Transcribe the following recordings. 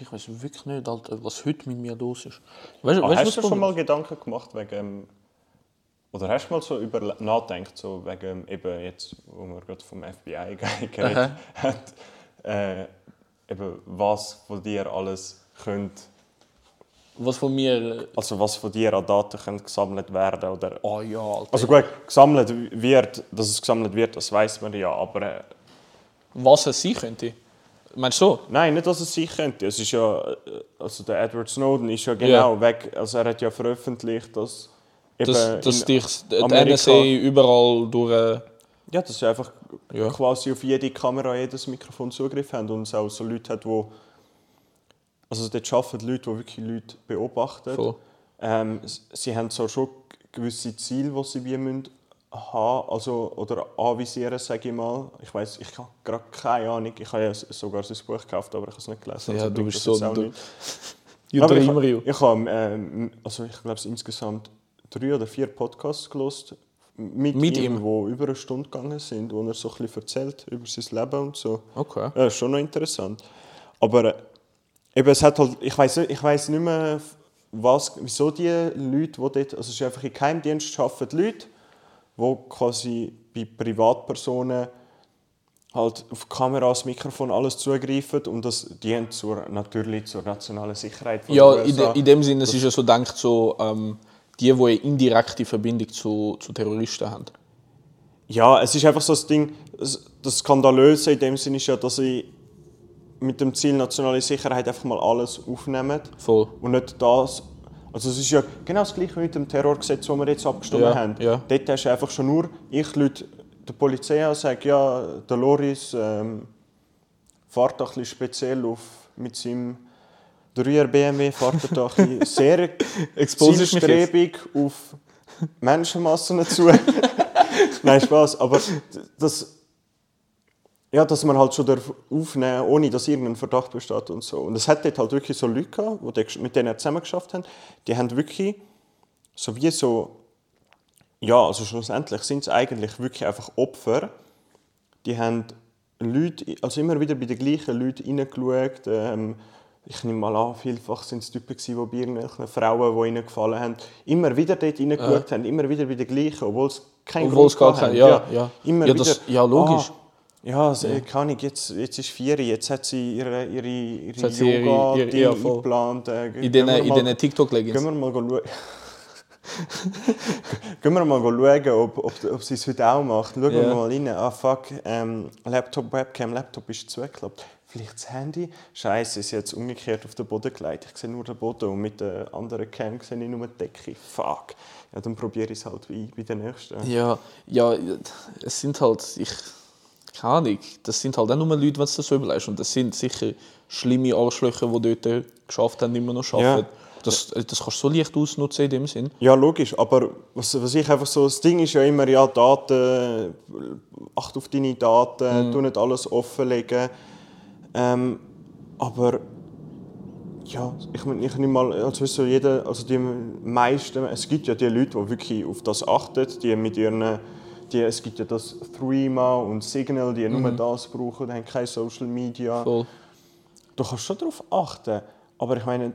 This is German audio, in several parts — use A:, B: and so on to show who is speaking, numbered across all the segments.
A: Ich weiß wirklich nicht, Alter, was heute mit mir los ist. Weißt,
B: Ah,
A: Also, weißt
B: hast du dir
A: das
B: schon mal
A: Problem
B: Gedanken gemacht wegen. ähm, Oder hast du mal so über nachgedacht, so wegen ähm, eben jetzt, wo wir gerade vom FBI geredet
A: Aha.
B: hat, äh, eben was von dir alles könnte,
A: ist? Was von mir. äh,
B: also was von dir an Daten könnte gesammelt werden oder
A: Ah ja, Alter.
B: also gut, gesammelt wird, dass es gesammelt wird, das weiß man ja, aber äh,
A: was es sein könnte. Meinst du so?
B: nein, nicht, dass es sein könnte. Es ist ja, äh, also der Edward Snowden ist ja genau weg, also er hat ja veröffentlicht, dass eben
A: Dass, dass
B: in-
A: dich die
B: Amerika-
A: NSA überall durch. Äh,
B: Ja, dass sie einfach
A: Ja.
B: quasi auf jede Kamera, jedes Mikrofon Zugriff haben und es auch so Leute hat, die... Also dort arbeiten Leute, die wirklich Leute beobachten.
A: voll.
B: Ähm, s- sie haben so schon gewisse Ziele, die sie wie müssen haben, also, oder anvisieren, sage ich mal. Ich weiß ich habe gerade keine Ahnung. Ich habe ja s- sogar sein Buch gekauft, aber ich habe es nicht gelesen.
A: Ja,
B: also
A: du
B: bringt
A: bist
B: das
A: so
B: jetzt auch
A: ein-
B: nichts.
A: You
B: Aber ich,
A: dream real.
B: ich habe, ähm, also ich glaube, es insgesamt drei oder vier Podcasts gelost mit,
A: Mit
B: ihm,
A: ihm?
B: wo über eine Stunde gegangen sind, wo er so ein bisschen erzählt über sein Leben und so.
A: Okay.
B: Ja, ist schon noch interessant. Aber äh, eben, es hat halt, ich weiß ich weiß nicht mehr, was, wieso die Leute, die dort, also es ist einfach im Geheimdienst arbeiten Leute, die quasi bei Privatpersonen halt auf Kameras, Mikrofon, alles zugreifen und das dient zur, natürlich zur nationalen Sicherheit von
A: Ja,
B: den
A: in,
B: USA.
A: de, in dem Sinne, es ist ja so denkt so, ähm, die, die eine indirekte Verbindung zu, zu Terroristen haben.
B: Ja, es ist einfach so das Ding, es- das Skandalöse in dem Sinne ist ja, dass sie mit dem Ziel nationale Sicherheit einfach mal alles aufnehmen
A: Voll.
B: und nicht das. Also es ist ja genau das gleiche mit dem Terrorgesetz, das wir jetzt abgestimmt
A: Ja,
B: haben.
A: ja.
B: Dort hast du einfach schon nur, ich Leute der Polizei an, sage, ja, der Loris ähm, fährt da ein bisschen speziell auf mit seinem 3er BMW, fährt er da ein bisschen sehr
A: Exposest mich jetzt.
B: zielstrebig auf Menschenmassen zu. Nein, Spaß, aber das, ja, dass man halt schon darf aufnehmen darf, ohne dass irgendein Verdacht besteht und so. Und es hat dort halt wirklich so Leute gehabt, wo die, mit denen er zusammengeschafft haben, die haben wirklich so wie so, ja, also schlussendlich sind es eigentlich wirklich einfach Opfer, die haben Leute, also immer wieder bei den gleichen Leuten reingeschaut. Ähm, ich nehme mal an, vielfach sind es Typen, gewesen, die bei irgendwelchen Frauen, die ihnen gefallen haben, immer wieder dort reingeschaut haben, immer wieder bei den gleichen, obwohl es keinen
A: Äh. Obwohl es gar
B: gehabt
A: keinen-
B: haben.
A: ja, ja.
B: Immer
A: Ja,
B: wieder,
A: das- ja, logisch.
B: Ah, ja, sie, kann ich, jetzt, jetzt ist vier, jetzt hat sie ihre, ihre, ihre
A: hat sie ihre- ihre-
B: Yoga-Ding
A: ja, voll.
B: eingeplant. Äh,
A: In
B: gehen wir
A: diesen in
B: mal-
A: diesen
B: Gehen
A: TikTok-Legends.
B: wir mal schauen. Gehen wir mal schauen, ob, ob, ob sie es heute auch macht. Schauen
A: Ja.
B: wir mal rein. Ah, fuck, ähm, Laptop, Webcam, Laptop ist zugeklappt. Vielleicht das Handy? Scheiße, ist jetzt umgekehrt auf den Boden gelegt. Ich sehe nur den Boden und mit der anderen Cam sehe ich nur die Decke. Fuck. Ja, dann probiere ich es halt wie bei der nächsten.
A: Ja, ja, es sind halt, ich, keine Ahnung, das sind halt auch nur Leute, wenn du das so überlegst. Und das sind sicher schlimme Arschlöcher, die dort geschafft haben, immer noch arbeiten. Das, äh, das kannst du so leicht ausnutzen in dem Sinn.
B: Ja, logisch, aber was, was ich einfach so, das Ding ist ja immer, ja, Daten, acht auf deine Daten, tu nicht alles offenlegen. Ähm, aber ja, ich meine, ich nehme mal, also weißt du, jeder, also die meisten, es gibt ja die Leute, die wirklich auf das achten, die mit ihren, die, es gibt ja das Threema und Signal, die nur das brauchen, die haben kein Social Media
A: Voll.
B: du kannst schon darauf achten, aber ich meine,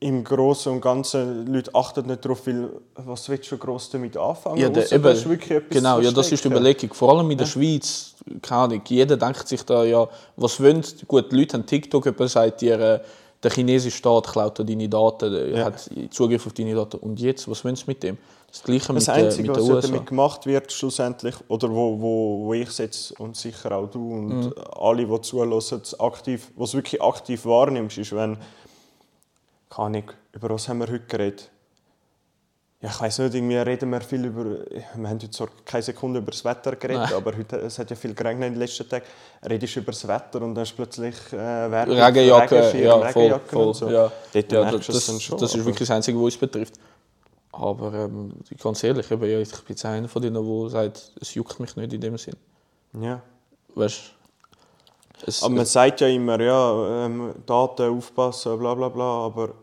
B: im Großen und Ganzen, Leute achten nicht darauf, weil was willst du gross damit anfangen?
A: Ja, der,
B: Ausser,
A: eben,
B: da ist wirklich etwas
A: genau, ja, das ist die
B: verstecken.
A: Überlegung. Vor allem in der Schweiz, keine Ahnung, jeder denkt sich da ja, was wollen, gut, die Leute haben TikTok, jemand sagt dir, äh, der chinesische Staat klaut dir deine Daten, er
B: Ja.
A: hat Zugriff auf deine Daten. Und jetzt, was wollen sie mit dem? Das Gleiche mit,
B: Das
A: der-
B: Einzige,
A: mit der
B: was ja
A: USA.
B: damit gemacht wird, schlussendlich, oder wo, wo, wo ich es jetzt und sicher auch du und
A: Mhm.
B: alle, die zulassen, es aktiv, was wirklich aktiv wahrnimmst, ist, wenn. Keine Ahnung, über was haben wir heute geredet? Ja, ich weiß nicht, irgendwie reden wir viel über. Wir haben heute zwar keine Sekunde über das Wetter geredet,
A: Nein.
B: aber heute, es hat ja viel geregnet in den letzten Tagen. Redest du über das Wetter und dann ist plötzlich äh, Werbung für
A: Regenjacke,
B: Regenschirm,
A: ja, voll,
B: Regenjacken
A: voll,
B: und so.
A: ja.
B: Dort
A: ja
B: merkst
A: das,
B: du es dann
A: das,
B: schon.
A: das ist
B: aber-
A: wirklich das Einzige, was uns betrifft. Aber ähm, ganz ehrlich, eben, ja, ich bin jetzt einer von denen, der sagt, es juckt mich nicht in dem Sinn.
B: Ja.
A: Weißt du? Es-
B: Aber man sagt ja immer, ja, ähm, Daten aufpassen, bla bla bla, aber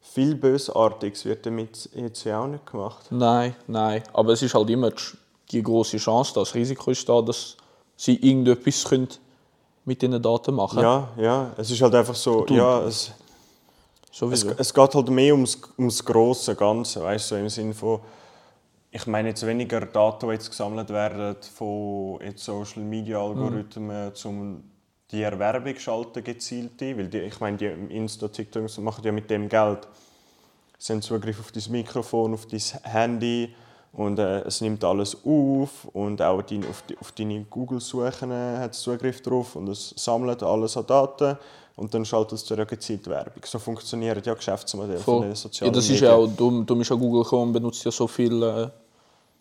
B: viel Bösartiges wird damit jetzt ja auch nicht gemacht.
A: Nein, nein. Aber es ist halt immer die Sch- die große Chance, das Risiko ist da, dass sie irgendetwas können mit diesen Daten machen.
B: Ja, ja, es ist halt einfach so,
A: Du-
B: ja, es, es,
A: Sowieso.
B: es geht halt mehr ums, ums große Ganze, weißt du, so im Sinne von, ich meine jetzt weniger Daten, die jetzt gesammelt werden von jetzt Social Media
A: Mhm.
B: Algorithmen, um die Erwerbung schalten gezielte, weil die, ich meine, die im Insta, TikTok so machen ja mit dem Geld, sie haben Zugriff auf dein Mikrofon, auf dein Handy und äh, es nimmt alles auf und auch dein, auf, die, auf deine Google-Suchen äh, hat es Zugriff drauf und es sammelt alles an Daten und dann schaltet es dir ja gezielt Werbung. So funktioniert ja Geschäftsmodell von
A: Voll.
B: den sozialen
A: Ja, das ist
B: Medien.
A: ja auch, darum, darum ist ja Google gekommen und benutzt ja so viel äh,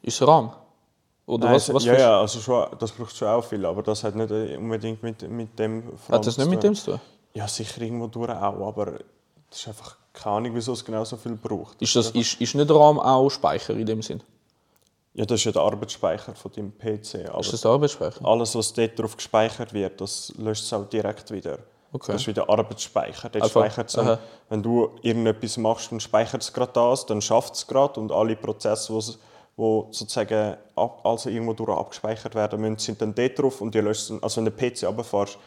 A: Islam. Oder
B: Nein,
A: was?
B: es-
A: was
B: ja,
A: für-
B: ja, also schon, das braucht schon auch viel, aber das hat nicht äh, unbedingt mit, mit dem
A: Hat das
B: zu
A: nicht mit
B: tun.
A: dem zu tun?
B: Ja, sicher irgendwo durch auch, aber das ist einfach keine Ahnung, wieso es genau so viel braucht.
A: Ist, das, ist, ist nicht RAM auch Speicher in dem Sinn?
B: Ja, das ist ja der Arbeitsspeicher von deinem PC, aber
A: Ist das der Arbeitsspeicher?
B: alles, was dort drauf gespeichert wird, das löscht es auch direkt wieder.
A: Okay.
B: Das ist wieder Arbeitsspeicher. Dort
A: Einfach-
B: speichert es, dann-
A: aha.
B: wenn du irgendetwas machst und speichert es gerade das, dann schafft es gerade und alle Prozesse, die wo sozusagen ab, also irgendwo durch abgespeichert werden müssen, sind dann dort drauf und die löschen. Also wenn du den PC runterfährst,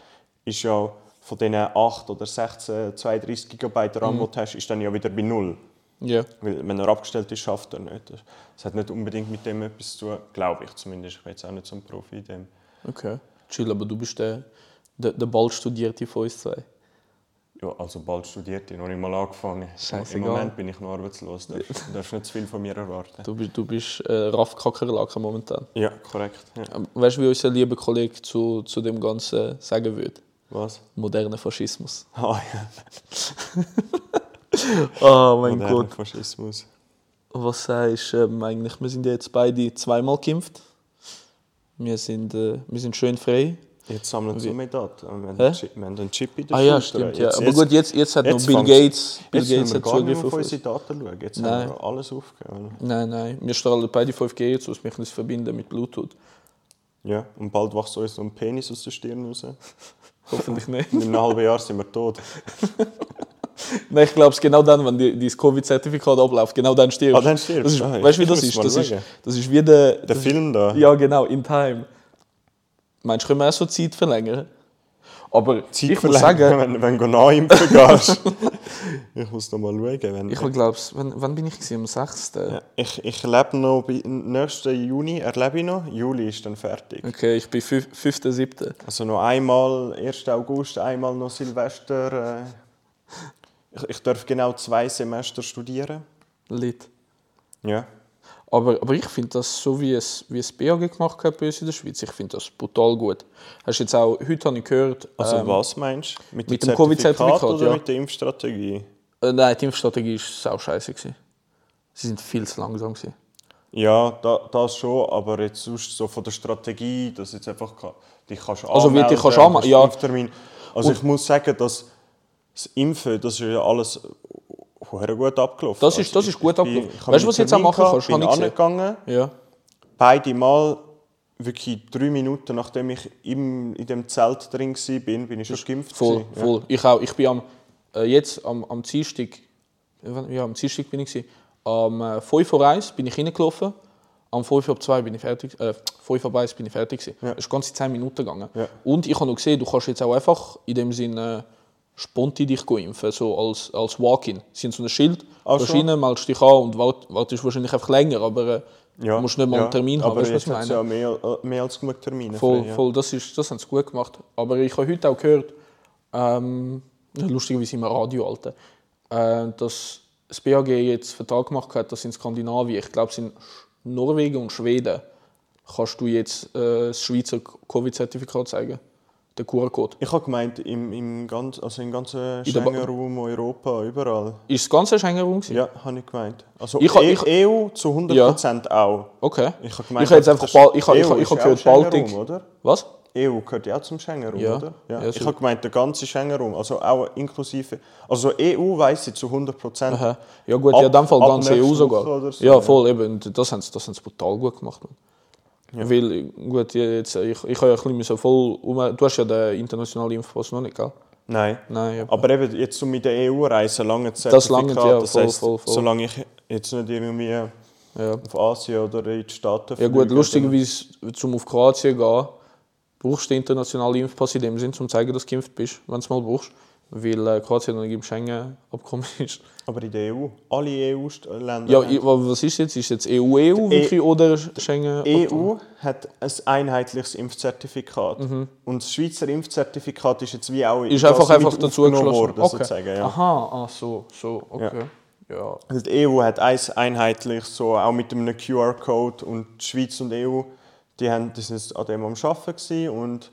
B: ist ja von diesen 8 oder 16, 32 GB
A: Mhm.
B: RAM, die du hast, ist dann ja wieder bei null.
A: Ja.
B: Weil wenn er abgestellt ist, schafft er nicht. Das hat nicht unbedingt mit dem etwas zu tun, glaube ich zumindest. Ich bin jetzt auch nicht so ein Profi in dem.
A: Okay. Chill, aber du bist der, der, der bald Studierte von uns zwei.
B: Ja, also bald studiert ich, noch nicht mal angefangen.
A: Scheißegal.
B: Im Moment bin ich noch arbeitslos, da darfst du nicht zu viel von mir erwarten.
A: Du bist, du bist äh, Raff Kackerlaken momentan.
B: Ja, korrekt. Ja.
A: Ähm, Weißt du, wie unser lieber Kollege zu, zu dem Ganzen sagen würde?
B: Was?
A: Moderner Faschismus.
B: Ah ja,
A: Oh mein
B: moderner Faschismus.
A: Was sagst du ähm, eigentlich? Wir sind ja jetzt beide zweimal geimpft. Wir sind, äh, wir sind schön frei.
B: Jetzt sammeln sie mehr Daten. Wir haben
A: Hä?
B: einen Chip- wir haben einen Chip in der
A: ah ja,
B: Schulter.
A: stimmt. Ja.
B: Jetzt-
A: Aber
B: jetzt-
A: gut, jetzt, jetzt hat
B: jetzt
A: noch Bill
B: fängt's-
A: Gates, Bill Gates
B: jetzt müssen wir
A: hat
B: gar nicht
A: Zugriff
B: mehr
A: auf
B: auf
A: uns.
B: unsere Daten schauen. Jetzt
A: Nein.
B: haben wir alles aufgegeben.
A: Nein, nein. Wir strahlen beide 5G jetzt aus. Wir können uns verbinden mit Bluetooth.
B: Ja, und bald wächst uns so ein Penis aus der Stirn raus.
A: Hoffentlich nicht.
B: In einem halben Jahr sind wir tot.
A: Nein, ich glaube es genau dann, wenn die, dein Covid-Zertifikat abläuft, genau dann stirbst
B: Ah, dann stirbst
A: Das ist,
B: du. Ah, ja.
A: weißt du, wie
B: Ich
A: das
B: muss
A: ist?
B: mal
A: Das, ist?
B: schauen.
A: das ist wie der.
B: Der Film da.
A: Ja, genau, in Time. Meinst du, können wir auch so die Zeit verlängern? Aber ich muss sagen,
B: wenn, wenn du nachimpfen gehst. ich muss noch mal schauen. Wenn,
A: ich glaube, wann, wann bin ich? Gewesen? Am 6.
B: Ja, ich, ich lebe noch, bei, nächsten Juni erlebe ich noch, Juli ist dann fertig.
A: Okay, ich bin 5. 7.
B: Also noch einmal 1. August, einmal noch Silvester. Äh, ich, ich darf genau zwei Semester studieren.
A: Lit.
B: Ja.
A: Aber, aber ich finde das, so wie es, wie es BAG gemacht hat bei uns in der Schweiz, ich finde das brutal gut. Hast du jetzt auch, heute habe ich gehört,
B: Also
A: ähm,
B: was meinst du? Mit,
A: mit
B: dem
A: dem Covid-Zertifikat,
B: Zertifikat oder
A: ja.
B: mit der Impfstrategie?
A: äh, nein, die Impfstrategie war auch scheiße. gewesen. Sie sind viel zu langsam. Gewesen.
B: Ja, da, das schon, aber jetzt sonst so von der Strategie, dass jetzt einfach ka- dich kannst
A: Also, wie dich
B: anmelden,
A: kannst anmelden,
B: hast
A: ja.
B: Impftermin. Also ich muss sagen, dass das Impfen, das ist ja alles sehr gut abgelaufen.
A: Das ist-
B: also
A: das ist gut
B: ich bin-
A: abgelaufen.
B: ich habe
A: Weißt du,
B: meinen
A: was du jetzt auch
B: Termin
A: machen
B: gehabt,
A: kannst? Habe ich
B: Bin
A: gesehen.
B: angegangen,
A: Ja.
B: beide Mal wirklich drei Minuten, nachdem ich im, in dem Zelt drin war, bin, bin ich schon geimpft.
A: Voll,
B: gewesen.
A: voll. Ich auch. Ich bin am, äh, jetzt am, am Dienstag, wann- ja, am Dienstag bin ich gewesen. am äh, 5 vor 1 bin ich reingelaufen, am 5 ab 2 bin ich fertig, äh, 5 ab 1 bin ich fertig gewesen.
B: Ja.
A: Das ist ganze 10 Minuten gegangen.
B: Ja.
A: Und ich habe noch gesehen, du kannst jetzt auch einfach in dem Sinne äh, spontan dich impfen, so als, als Walk-in. Es sind so ein Schild,
B: Ach
A: gehst
B: so.
A: rein, meldest dich an und wart, wartest wahrscheinlich einfach länger, aber äh,
B: Ja,
A: du musst nicht mal einen
B: ja,
A: Termin haben,
B: aber
A: weißt du, was ich
B: jetzt hat's
A: meine?
B: ja mehr, äh, mehr als genug Termine.
A: Voll,
B: frei, ja.
A: voll, das, ist, das haben sie gut gemacht. Aber ich habe heute auch gehört, ähm, lustigerweise im Radio, Alter, äh, dass das BAG jetzt Vertrag gemacht hat, dass in Skandinavien, ich glaube, es sind Sch- Norwegen und Schweden, kannst du jetzt äh, das Schweizer Covid-Zertifikat zeigen. Den QR-Code.
B: Ich habe gemeint, im, im, ganz, also im ganzen
A: In der Ba-
B: Schengen-Raum, Europa, überall.
A: Ist das ganze Schengen-Raum? gewesen?
B: Ja, habe ich gemeint. Also
A: Ich ha-
B: E-
A: ich-
B: EU zu 100% auch.
A: Okay.
B: Ich habe
A: ich habe jetzt einfach Bal ich, hab- ich,
B: E
A: hab- ich hab gehört, Baltik.
B: Oder?
A: Was?
B: EU gehört ja auch zum Schengen-Raum,
A: Ja.
B: oder? Ja.
A: Ja,
B: ich
A: so-
B: habe gemeint, der ganze Schengen-Raum, also auch inklusive... Also EU weiss ich zu 100%.
A: Aha. Ja gut,
B: Ab-
A: ja, in dem Fall
B: ab
A: ganze
B: nächster
A: EU
B: Woche
A: sogar.
B: oder so,
A: ja,
B: ja.
A: voll, eben. Und das haben sie, das haben sie brutal gut gemacht. Man. Weil, gut, jetzt, ich, ich habe ja ein bisschen müssen voll... Um, du hast ja den internationalen Impfpass noch nicht, gell?
B: Nein.
A: Nein, ja.
B: Aber eben, jetzt um mit der EU reisen, lange
A: Das langt, ja, voll, voll, voll.
B: solange ich jetzt nicht irgendwie auf Asien oder in die Staaten
A: Ja gut,
B: fliege, dann- genau.
A: lustigerweise, zum auf Kroatien gehen, brauchst den internationalen Impfpass in dem Sinn, um zu zeigen, dass du geimpft bist, wenn du es mal brauchst. Weil äh, Kroatien noch nicht im Schengen-Abkommen ist.
B: Aber in der EU? Alle E EU-Länder?
A: Ja, i- wa- was ist jetzt? Ist jetzt E EU-EU
B: E
A: wirklich oder Schengen?
B: EU E hat ein einheitliches Impfzertifikat. Und das Schweizer Impfzertifikat ist jetzt wie auch
A: Mhm. Ist einfach,
B: das mit
A: einfach dazu
B: aufgenommen
A: geschlossen.
B: worden, sozusagen, ja.
A: Aha, ah, so, so, okay. Ja.
B: Also Die EU hat eins einheitlich, so auch mit einem QR-Code und die Schweiz und die EU, die, haben, die sind jetzt an dem am Arbeiten gewesen und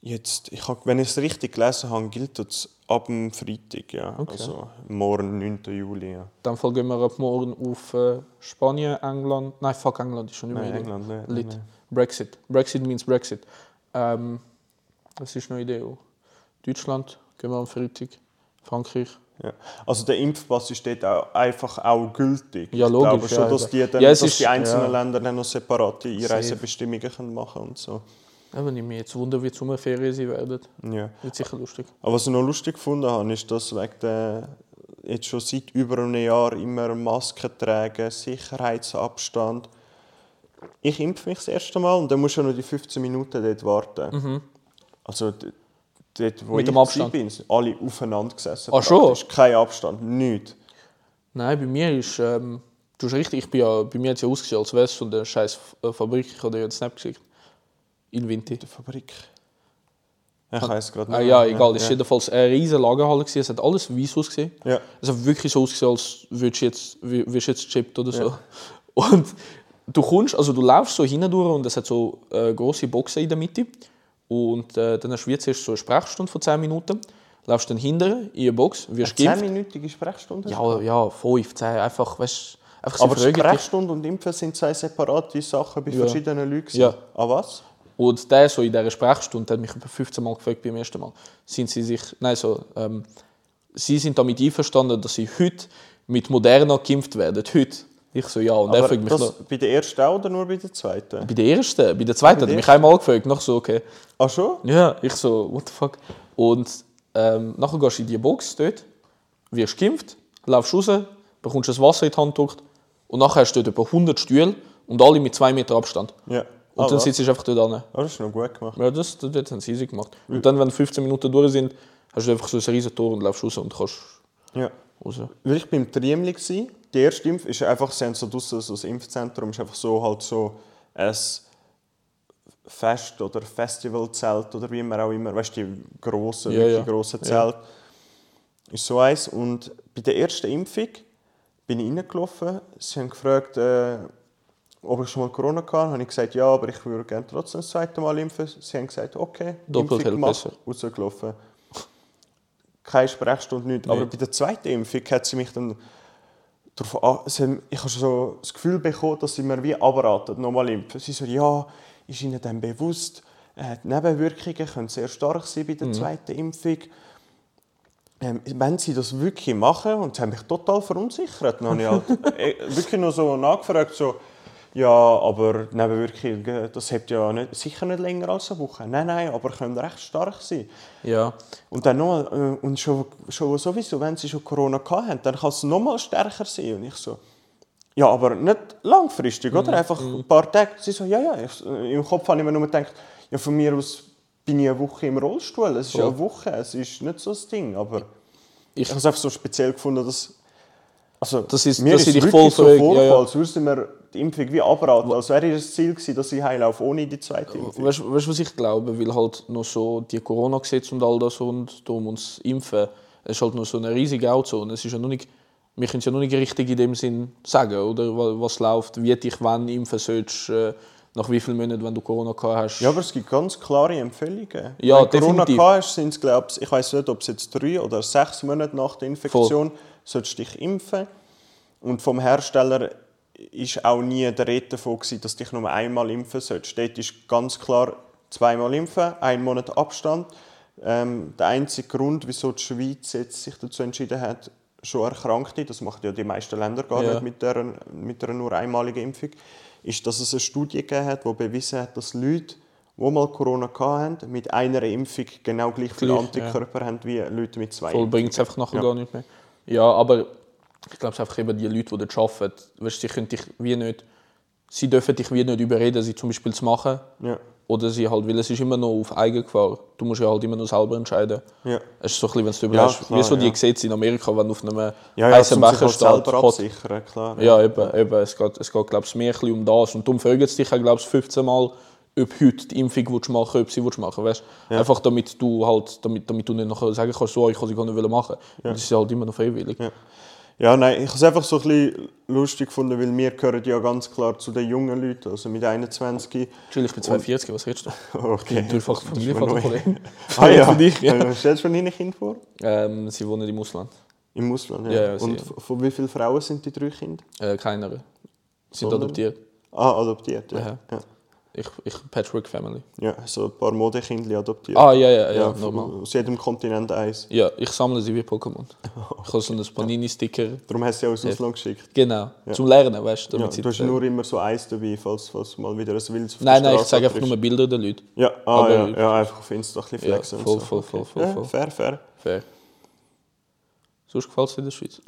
B: jetzt, ich hab, wenn ich es richtig gelesen habe, gilt das ab dem Freitag, ja. also morgen, 9. Juli. Ja.
A: In dem Fall gehen wir ab morgen auf äh, Spanien, England. Nein, fuck, England ist schon nicht mehr.
B: Nein,
A: in
B: England nicht,
A: Lit.
B: nein.
A: Brexit. Brexit means Brexit. Ähm, das ist noch in der EU. Deutschland gehen wir am Freitag. Frankreich.
B: Ja. Also der Impfpass ist dort auch einfach auch gültig.
A: Ja,
B: ich glaube
A: logisch,
B: schon,
A: ja,
B: dass
A: eben.
B: die, dann,
A: Ja, es
B: dass
A: ist-
B: die einzelnen
A: ja.
B: Länder dann noch separate Einreisebestimmungen können machen und so.
A: Ja, wenn ich mich jetzt wundere, wie die Sommerferien sie werden,
B: Ja.
A: wird sicher lustig.
B: Aber was ich noch lustig gefunden habe, ist, dass wegen der jetzt schon seit über einem Jahr immer Masken tragen, Sicherheitsabstand. Ich impfe mich das erste Mal und dann musst du ja noch die 15 Minuten dort warten. Also d- dort, wo
A: Mhm. Mit
B: ich
A: dem
B: gewesen
A: Abstand?
B: bin, sind alle aufeinander gesessen.
A: Ach schon?
B: praktisch. Kein Abstand, nichts.
A: Nein, bei mir ist. Ähm, du hast richtig, ich bin ja, bei mir hat es ja ausgesehen, als wäre es von der scheiß äh, Fabrik. Ich habe dir ja einen Snap geschickt. In Winter.
B: Die Fabrik. Ich weiß gerade
A: Ah, ja,
B: mehr.
A: egal. Es war
B: Ja.
A: jedenfalls eine riesige Lagerhalle. gewesen. Es hat alles weiß ausgesehen.
B: Ja.
A: Es hat wirklich so ausgesehen, als würdest du jetzt, wü- wirst jetzt gechippt oder so. Und du kommst, also du läufst so hindurch und es hat so äh, große Boxen in der Mitte. Und äh, dann hast du wie zuerst so eine Sprechstunde von 10 Minuten. Läufst dann hinterher in eine Box, wirst geimpft.
B: 10-minütige Sprechstunde?
A: Ja, ja, 5, 10, einfach, weißt du, einfach sie
B: Aber
A: fragen dich.
B: Sprechstunde und Impfen sind zwei separate Sachen bei verschiedenen Leuten. gewesen.
A: Ja.
B: An was?
A: Und der so in dieser Sprechstunde der hat mich etwa 15 Mal gefragt beim ersten Mal. Sind sie sich. Nein, so. Ähm, sie sind damit einverstanden, dass sie heute mit Moderna geimpft werden. Heute. Ich so, ja. Und er
B: Aber
A: fragt mich
B: das
A: noch.
B: bei der ersten auch oder nur bei der zweiten?
A: Bei der ersten, bei der zweiten hat er mich einmal gefragt. Noch so, okay.
B: Ach Ah, schon?
A: Ja, ich so, what the fuck. Und ähm, nachher gehst du in die Box dort, wirst geimpft, laufst raus, bekommst das Wasser in die Hand gedrückt. Und nachher hast du dort etwa 100 Stühle und alle mit 2 Meter Abstand.
B: Ja.
A: Und
B: Ah,
A: dann
B: was?
A: sitzt du einfach dort an.
B: Ah, das ist noch gut gemacht.
A: Ja, das, das, das haben sie easy gemacht. Und dann, wenn 15 Minuten durch sind, hast du einfach so ein riesen Tor und läufst raus und kannst
B: Ja.
A: raus.
B: Weil ich beim Triemli war, die erste Impf ist einfach, sie haben so draussen so ein Impfzentrum, ist einfach so halt so ein Fest- oder Festivalzelt oder wie immer auch immer, weißt du, die grossen,
A: Ja,
B: wirklich
A: ja.
B: grossen Zelte. Ist so eins. Und bei der ersten Impfung bin ich reingelaufen, sie haben gefragt, äh, ob ich schon mal Corona hatte, habe ich gesagt, ja, aber ich würde gerne trotzdem das zweite Mal impfen. Sie haben gesagt, okay,
A: Doppelt hält
B: gemacht,
A: besser.
B: rausgelaufen. Keine Sprechstunde, nichts. Aber bei der zweiten Impfung hat sie mich dann darauf an, sie haben, ich habe so das Gefühl bekommen, dass sie mir wie abraten, nochmal impfen. Sie so, ja, ist ihnen dann bewusst, äh, die Nebenwirkungen können sehr stark sein bei der
A: Mhm.
B: zweiten Impfung. Ähm, wenn sie das wirklich machen, und sie haben mich total verunsichert, dann habe ich halt äh, wirklich nur so nachgefragt, so, ja, aber die Nebenwirkungen, das habt ja nicht, sicher nicht länger als eine Woche. Nein, nein, aber können recht stark sein.
A: Ja.
B: Und dann nochmal, äh, und schon, schon sowieso, wenn sie schon Corona gehabt haben, dann kann es nochmal stärker sein. Und ich so, ja, aber nicht langfristig,
A: Mhm.
B: oder? Einfach ein paar Tage. Sie so, ja, ja. Ich, äh, Im Kopf habe ich mir nur gedacht, ja, von mir aus bin ich eine Woche im Rollstuhl. Es ist ja
A: Voll.
B: eine Woche, es ist nicht so das Ding. Aber ich,
A: Ich-
B: habe es einfach so speziell gefunden, dass. Also,
A: Das ist-
B: mir
A: dass
B: ist
A: sie dich
B: wirklich
A: voll
B: so
A: fragen,
B: vorgekommen,
A: ja, ja.
B: als würden wir die Impfung wie abraten. Als wäre ihr das Ziel gewesen, dass ich heilaufe, ohne die zweite Impfung.
A: Weißt du, weißt du, was ich glaube? Weil halt noch so die Corona-Gesetze und all das und darum uns impfen, es ist halt noch so eine riesige Grauzone. Es ist ja noch nicht, wir können es ja noch nicht richtig in dem Sinn sagen, oder? Wa- Was läuft, wie dich wann impfen sollst, äh, nach wie vielen Monaten, wenn du Corona gehabt hast.
B: Ja, aber es gibt ganz klare Empfehlungen.
A: Ja,
B: Wenn Corona
A: definitiv.
B: gehabt ist, sind es, glaube ich, ich weiß nicht, ob es jetzt drei oder sechs Monate nach der Infektion, solltest du dich impfen. Und vom Hersteller ist auch nie der Rede davon, gewesen, dass du dich nur einmal impfen sollst. Dort ist ganz klar zweimal impfen, ein Monat Abstand. Ähm, der einzige Grund, wieso die Schweiz jetzt sich dazu entschieden hat, schon Erkrankte, das machen ja die meisten Länder gar
A: Ja.
B: nicht mit der, mit einer nur einmaligen Impfung, ist, dass es eine Studie gegeben hat, die bewiesen hat, dass Leute, die mal Corona hatten, mit einer Impfung genau gleich viele
A: Gleich,
B: Antikörper haben wie Leute mit zwei.
A: Voll bringt es einfach nachher
B: Ja.
A: gar nicht mehr. Ja, aber ich glaube, es einfach eben die Leute, die dort arbeiten, weißt, sie können dich wie nicht, sie dürfen dich wie nicht überreden, sie zum Beispiel zu machen.
B: Ja.
A: Oder sie halt, weil es ist immer noch auf Eigengefahr. Du musst ja halt immer noch selber entscheiden.
B: Ja.
A: Es ist so ein bisschen, wenn du
B: Ja,
A: überlegst,
B: klar,
A: wie so die
B: ja.
A: Gesetze in Amerika, wenn auf einem
B: Ja, ja,
A: heißen
B: um sich
A: Becher
B: halt
A: steht,
B: selber
A: Hot
B: absichern, klar.
A: Ja, eben, eben. Es geht, es geht glaube ich, mehr ein bisschen um das. Und darum fragen sie dich auch, glaube ich, 15 Mal, ob heute die Impfung willst du machen ob sie willst du machen weißt? Einfach damit du, halt, damit, damit du nicht nachher sagen kannst, so, ich kann sie gar nicht wollen machen. Und das ist halt immer noch freiwillig. Ja,
B: Ja, nein, ich habe es einfach so ein bisschen lustig gefunden, weil wir gehören ja ganz klar zu den jungen Leuten, also mit 21.
A: Chill, ich bin 42, was redest du?
B: Okay.
A: Durchfach
B: mir neu.
A: Familienvaterkollegen.
B: Ah ja,
A: Für dich, ja.
B: Äh, Stellst du dir deine Kinder vor?
A: Ähm, sie wohnen im Ausland.
B: Im Ausland, ja.
A: Ja, ja,
B: Und
A: sie-
B: von- von wie vielen Frauen sind die drei Kinder?
A: Äh, keiner. Sind
B: Sondern?
A: adoptiert.
B: Ah, adoptiert, ja.
A: Ja.
B: Ja, ja.
A: Ich, ich Patchwork Family.
B: so ein paar Modekindli adoptiert.
A: Ah, ja, ja, ja,
B: ja,
A: normal.
B: Aus jedem Kontinent eins.
A: Ja, ich sammle sie wie Pokémon. Ich habe so einen Panini-Sticker.
B: Darum hast du sie auch ins Ausland geschickt.
A: Genau. Zum Lernen, weißt du?
B: Ja,
A: damit sie-
B: du hast nur immer so eins dabei, falls, falls mal wieder ein wildes auf
A: Nein,
B: der
A: nein, ich
B: Straße
A: zeige einfach
B: triffst.
A: nur Bilder der Leute.
B: Ja, ah,
A: Aber-
B: ja, ja, einfach auf Insta ein bisschen
A: Ja,
B: flexen
A: voll,
B: und so.
A: voll, voll, voll,
B: ja,
A: voll.
B: Fair, fair.
A: Fair. Sonst gefällt es in der Schweiz.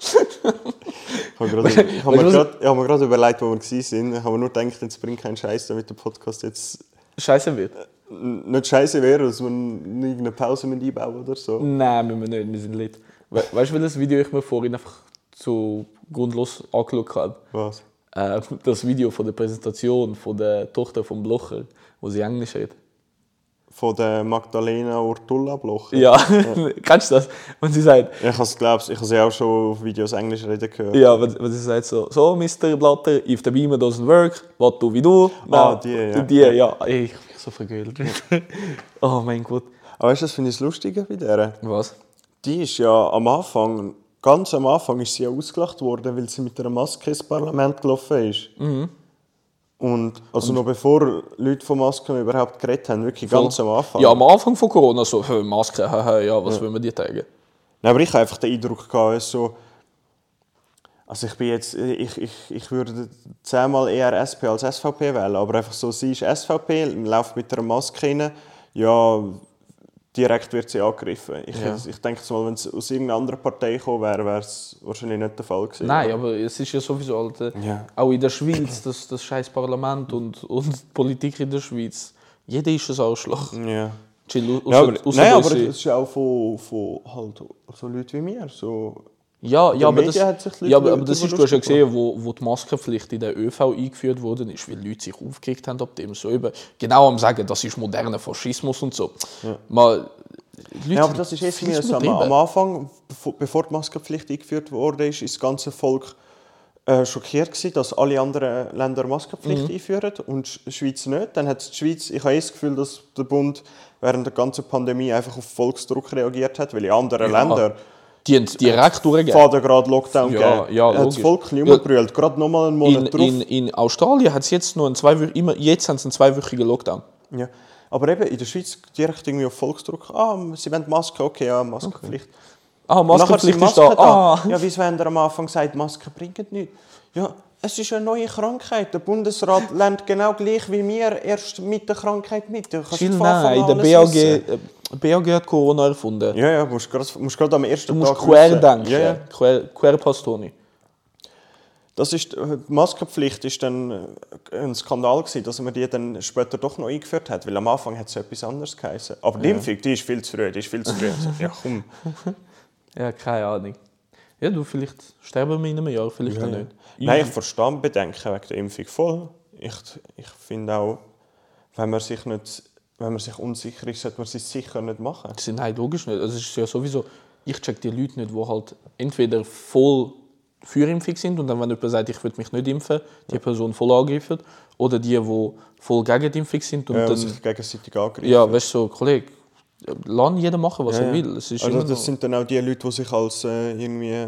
B: Ich habe gerade- ich habe mir gerade- ich habe mir gerade überlegt, wo wir waren. Ich habe mir nur gedacht, jetzt bringt keinen Scheiß, damit der Podcast jetzt
A: Scheiße wird.
B: n- nicht scheiße wäre, dass wir n- irgendeine Pause mit einbauen oder so.
A: Nein, müssen wir nicht, wir sind lit. We weißt du, welches Video ich mir vorhin einfach so grundlos angeschaut habe?
B: Was?
A: Äh, das Video von der Präsentation von der Tochter von Blocher, wo sie Englisch redet.
B: Von der Magdalena Ortulla Bloch.
A: Ja, kennst du das? Und sie sagt,
B: Ich habe es, glaube ich, ich habe sie auch schon auf Videos Englisch reden gehört.
A: ja, wenn, wenn sie sagt so, so Mr. Blatter, if the beamer doesn't work, what do we do?
B: Ah,
A: Na,
B: die, ja.
A: Die, ja. Ey, Ich hab mich so vergölt. oh mein Gott.
B: Aber weißt du, das finde ich das Lustige bei der.
A: Was?
B: Die ist ja am Anfang, ganz am Anfang ist sie ja ausgelacht worden, weil sie mit einer Maske ins Parlament gelaufen ist. Und also noch bevor Leute von Masken überhaupt geredet haben, wirklich ganz am Anfang.
A: Ja, am Anfang von Corona so, hä, Maske, hä, hä, ja, was will man dir zeigen?
B: Nein, aber ich habe einfach den Eindruck gehabt, es so, also ich bin jetzt, ich, ich, ich würde zehnmal eher SP als SVP wählen, aber einfach so, sie ist SVP, läuft mit einer Maske rein, ja, direkt wird sie angegriffen. Ich,
A: Ja.
B: ich denke jetzt mal, wenn es aus irgendeiner anderen Partei gekommen wäre, wäre es wahrscheinlich nicht der Fall gewesen.
A: Nein, aber es ist ja sowieso halt, äh,
B: Ja.
A: auch in der Schweiz, das, das scheiß Parlament und, und die Politik in der Schweiz. Jeder ist ein Arschloch.
B: Ja.
A: Chill, au-
B: Ja,
A: ausser-
B: aber,
A: ausser
B: nein, aber
A: unsere-
B: es ist auch von, von halt so Leuten wie mir. So.
A: ja, ja, aber
B: Medien
A: das,
B: hat sich die Leute
A: ja, aber, aber
B: darüber
A: das ist, du hast ja
B: lustig
A: gesehen, wo, wo die Maskenpflicht in der ÖV eingeführt worden ist, weil Leute sich aufgeregt haben ab dem so eben, genau am sagen, das ist moderner Faschismus und so. Mal, Leute,
B: Ja, aber das ist jetzt
A: viel
B: mir
A: zu
B: so. Am,
A: übertrieben.
B: am Anfang, bevor- bevor die Maskenpflicht eingeführt wurde, ist das ganze Volk äh, schockiert gewesen, dass alle anderen Länder Maskenpflicht
A: Mhm.
B: einführen und Sch- die Schweiz nicht. Dann hat die Schweiz, ich habe eh das Gefühl, dass der Bund während der ganzen Pandemie einfach auf Volksdruck reagiert hat, weil in anderen
A: Ja.
B: Ländern
A: Die haben es direkt durchgegeben.
B: Vater gerade Lockdown
A: Ja,
B: gegeben.
A: ja,
B: hat das
A: logisch.
B: Volk nicht umgebrüllt. Gerade nochmal einen
A: In,
B: Monat drauf.
A: in, in Australien hat es jetzt nur einen zwei, immer, jetzt haben sie einen zweiwöchigen Lockdown.
B: Ja. Aber eben in der Schweiz direkt irgendwie auf Volksdruck. Ah, sie wollen Maske, okay, ja, Maskenpflicht.
A: Ah,
B: Und nachher sind
A: Maskenpflicht ist da. Ah.
B: Ja, wieso haben wir am Anfang gesagt, Masken bringen nichts? Ja, es ist eine neue Krankheit. Der Bundesrat lernt genau gleich wie wir erst mit der Krankheit mit. Du kannst
A: Chill,
B: nicht von Anfang
A: nein,
B: an
A: der
B: alles
A: BAG,
B: wissen.
A: äh, BAG hat Corona erfunden.
B: Ja, ja, musst grad, musst grad am ersten
A: Du musst
B: Tag
A: quer
B: wissen.
A: denken.
B: Ja, ja.
A: Quer, quer passt Toni.
B: Das ist, äh, die Maskenpflicht war dann äh, ein Skandal, gewesen, dass man die dann später doch noch eingeführt hat, weil am Anfang hat es etwas anderes geheißen. Aber die Impfung, die ist viel zu früh, die ist viel zu früh. Also, ja, komm.
A: Ja, keine Ahnung. Ja, du, vielleicht sterben wir in einem Jahr, vielleicht auch nicht.
B: Nein, ich verstehe Bedenken wegen der Impfung voll. Ich, ich finde auch, wenn man sich nicht wenn man sich unsicher ist, sollte man es sicher nicht machen.
A: Das sind nein, logisch nicht. Also, es ist ja sowieso, ich check die Leute nicht, die halt entweder voll für Impfung sind und dann, wenn jemand sagt, ich würde mich nicht impfen, die Person voll angreifen. Oder die, die voll gegen die Impfung sind und
B: Ja, und
A: dann
B: sich gegenseitig angreifen.
A: Ja, weißt du, so, Kollege, lass jeder machen, was er will. Es ist
B: also
A: immer
B: das
A: noch,
B: sind dann auch die Leute, die sich als äh, irgendwie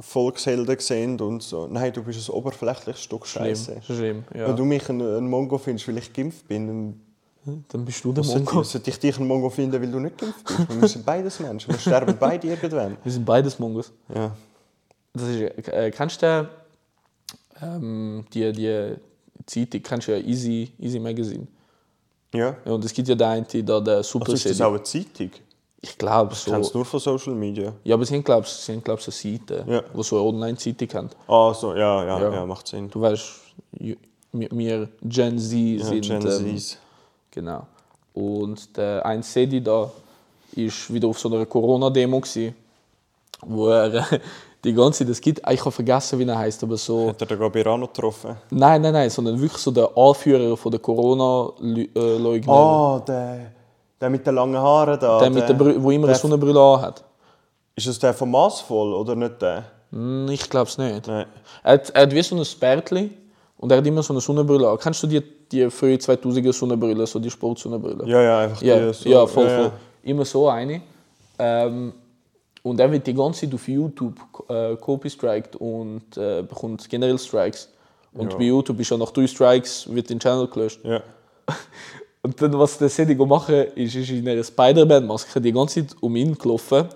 B: Volkshelden sehen und so. Nein, du bist ein oberflächliches Stück Scheiße.
A: schlimm, schlimm, ja.
B: Wenn du mich ein, ein Mongo findest, weil ich geimpft bin, dann
A: Dann bist du der
B: Mongo.
A: Mongo.
B: sollte ich dich ein Mongo finden, weil du nicht geimpft bist. Wir sind beides Menschen, wir sterben beide irgendwann.
A: Wir sind beides Mongos.
B: Ja.
A: Das ist, äh, kennst du den, ähm, die, die Zeitung, kennst du ja Easy, Easy Magazine?
B: ja. Dus
A: Ja, und es gibt ja den einen, da der
B: Also
A: Super
B: ist das
A: City.
B: auch eine Zeitung?
A: Ich glaube
B: Ich kenne es
A: so.
B: nur von Social Media.
A: Ja, aber sie haben, glaube ich, glaub, so eine Seite,
B: Ja.
A: wo so eine Online-Zeitung haben.
B: Ah, so, ja, ja,
A: Ja.
B: ja, macht Sinn.
A: Du weißt, ju- wir, wir Gen Z sind.
B: Gen
A: ähm,
B: Zs.
A: genau. Und der ein Sedi da ist wieder auf so einer Corona-Demo, gewesen, wo er äh, die ganze Zeit, das gibt, ah, ich habe vergessen, wie er heißt, aber so.
B: Hat er den Gabirano getroffen?
A: Nein, nein, nein, sondern wirklich so der Anführer von der äh, Corona-Leugner.
B: Ah, der, der mit den langen Haaren da.
A: der, mit der, Brü- wo immer
B: der-
A: eine Sonnenbrille anhat.
B: Ist das der von Massvoll oder nicht der?
A: Hm, Ich glaube es nicht.
B: Nein.
A: Er hat, er hat wie so ein Spärtli und er hat immer so eine Sonnenbrille an. Kennst du die, die frühe 2000er Sonnenbrille, so die Sportsonnenbrille?
B: Ja, ja, einfach
A: ja,
B: die. so-
A: ja, voll,
B: ja, ja.
A: voll. Immer so eine. Ähm, und er wird die ganze Zeit auf YouTube äh, copy-striked und äh, bekommt generell Strikes. Und
B: Ja.
A: bei YouTube ist er nach drei Strikes, wird den Channel gelöscht.
B: Ja.
A: Und dann, was der Sedi machen ist, ist in einer Spider-Man-Maske die ganze Zeit um ihn gelaufen,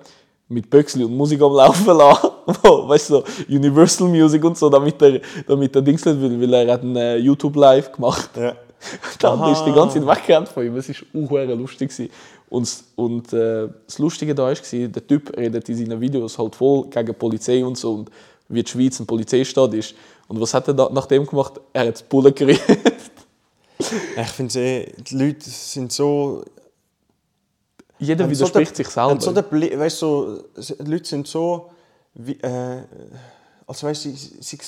A: mit Böxli und Musik am Laufen lassen. Wo, weißt du, so Universal Music und so, damit er, damit er Dings nicht will, weil er hat einen äh, YouTube-Live gemacht.
B: ja.
A: Dann
B: Aha.
A: ist die ganze Zeit weggerannt von ihm. Es war unheuer lustig. gewesen. Und, s- und äh, das Lustige da war, der Typ redet in seinen Videos halt voll gegen die Polizei und so und wie die Schweiz ein Polizeistaat ist. Und was hat er da, nach dem gemacht? Er hat Bullen gerührt.
B: Ich finde eh, die Leute sind so.
A: Jeder
B: haben so
A: widerspricht
B: den-
A: sich
B: haben
A: selber.
B: So den Bli- weißt, so, die Leute sind so. Wie, äh, also, weißt du, sie, sie,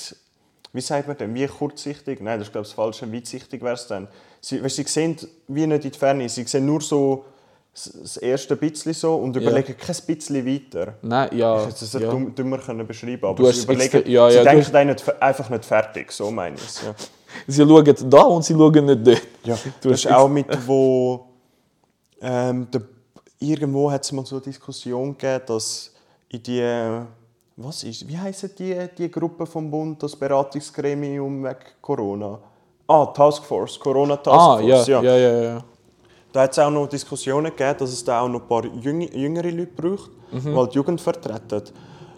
B: wie sagt man denn? Wie kurzsichtig? Nein, das ist, glaube ich, das Falsche. Weitsichtig wäre es dann. Sie, weißt, sie sehen wie nicht in die Ferne. Sie sehen nur so s- das erste bisschen so und überlegen kein bisschen weiter.
A: Nein, ja.
B: Ich hätte es
A: ja.
B: dumm, dümmer können beschreiben aber
A: Du
B: sie
A: hast
B: überlegen,
A: extra- ja,
B: sie
A: ja, du
B: denken
A: hast-
B: dann nicht, fe- einfach nicht fertig, so meine ich es. Ja.
A: Sie schauen da und sie schauen nicht dort.
B: Ja,
A: Du
B: das
A: hast
B: ist auch mit, wo ähm, der, irgendwo hat es mal so eine Diskussion gegeben, dass in die, was ist, wie heissen die, die Gruppe vom Bund, das Beratungsgremium wegen Corona? Ah, Taskforce, Corona
A: Ah,
B: Taskforce,
A: ja, ja, ja, ja. ja.
B: Da hat es auch noch Diskussionen gegeben, dass es da auch noch ein paar jüng- jüngere Leute braucht,
A: Mhm.
B: die halt die Jugend vertreten.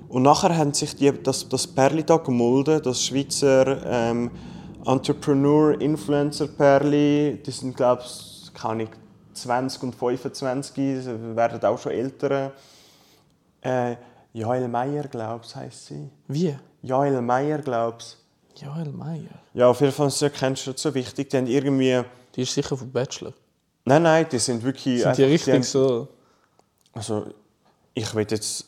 B: Und nachher haben sich die, das, das Perli da gemolden, das Schweizer ähm, Entrepreneur, Influencer Perli, die sind glaube ich, keine Ahnung, 20 und 25, sie werden auch schon älter. Äh, Jael Meyer, glaube ich, heisst sie.
A: Wie?
B: Jael Meyer, glaube ich.
A: Joel Meyer.
B: Ja, auf jeden Fall ist kennst du nicht so wichtig. Die haben irgendwie...
A: Die ist sicher vom Bachelor.
B: Nein, nein, die sind wirklich...
A: Sind die
B: einfach-
A: richtig
B: haben-
A: so?
B: Also, ich will jetzt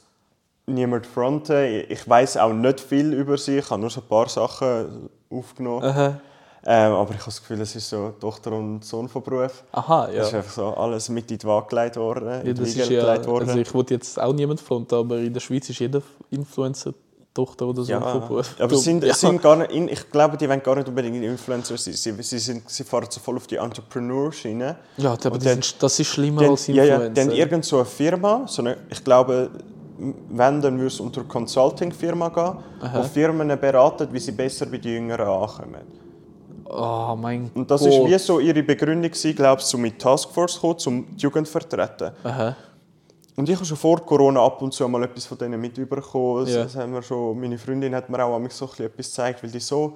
B: niemand fronten. Ich weiß auch nicht viel über sie. Ich habe nur so ein paar Sachen aufgenommen.
A: Aha,
B: Ähm, aber ich habe das Gefühl, es ist so Tochter und Sohn von Beruf.
A: Aha ja.
B: Es ist einfach so alles mit in die Waage gelegt worden. in
A: ja
B: die
A: Äh, das
B: Wiege
A: ist ja,
B: gelegt
A: also ich wollte jetzt auch niemand fronten, aber in der Schweiz ist jeder Influencer Tochter oder so
B: ja,
A: von Beruf.
B: aber es sind,
A: ja.
B: es sind gar nicht, in- ich glaube, die wollen gar nicht unbedingt Influencer sein. Sie, sie, sind, sie fahren so voll auf die Entrepreneur-Schiene.
A: ja, aber
B: und
A: die
B: dann-
A: sind, das ist schlimmer
B: Dann,
A: als
B: ja, ja,
A: Influencer.
B: dann irgend so eine Firma, so eine, ich glaube, m- wenn, dann würde es unter Consulting-Firma gehen, wo Firmen beraten, wie sie besser bei den Jüngeren ankommen.
A: oh mein
B: Und das
A: Gott.
B: ist wie so ihre Begründung, gewesen, glaube ich, um mit Taskforce zu kommen, um die Jugend zu vertreten.
A: Aha.
B: Und ich habe schon vor Corona ab und zu mal etwas von denen mit überkommen. Das-
A: Ja.
B: Das haben wir schon, meine Freundin hat mir auch manchmal so ein bisschen etwas gezeigt, weil die so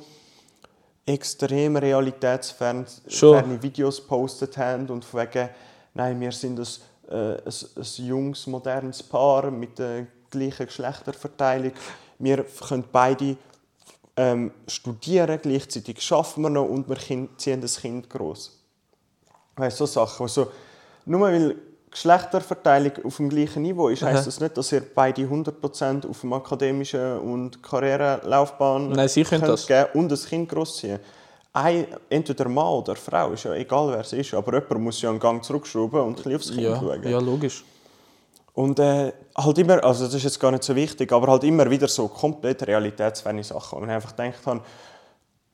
B: extrem realitätsferne
A: Schon.
B: ferne Videos gepostet haben und von wegen, nein, wir sind ein, äh, ein, ein junges, modernes Paar mit der gleichen Geschlechterverteilung. Wir können beide ähm, studieren, gleichzeitig schaffen wir noch und wir kind, ziehen das Kind groß. Weißt du, so Sachen. Also, nur weil Geschlechterverteilung auf dem gleichen Niveau ist, heisst das nicht, dass ihr beide 100% auf dem akademischen und Karrierelaufbahn
A: Nein, sie können
B: könnt
A: das.
B: geben und ein Kind großziehen. Ein, entweder Mann oder Frau, ist ja egal wer es ist, aber jemand muss ja einen Gang zurückschrauben und ein bisschen aufs Kind
A: Ja,
B: schauen.
A: ja, logisch.
B: Und äh, halt immer, also das ist jetzt gar nicht so wichtig, aber halt immer wieder so komplett realitätsferne Sachen. Und ich einfach gedacht habe,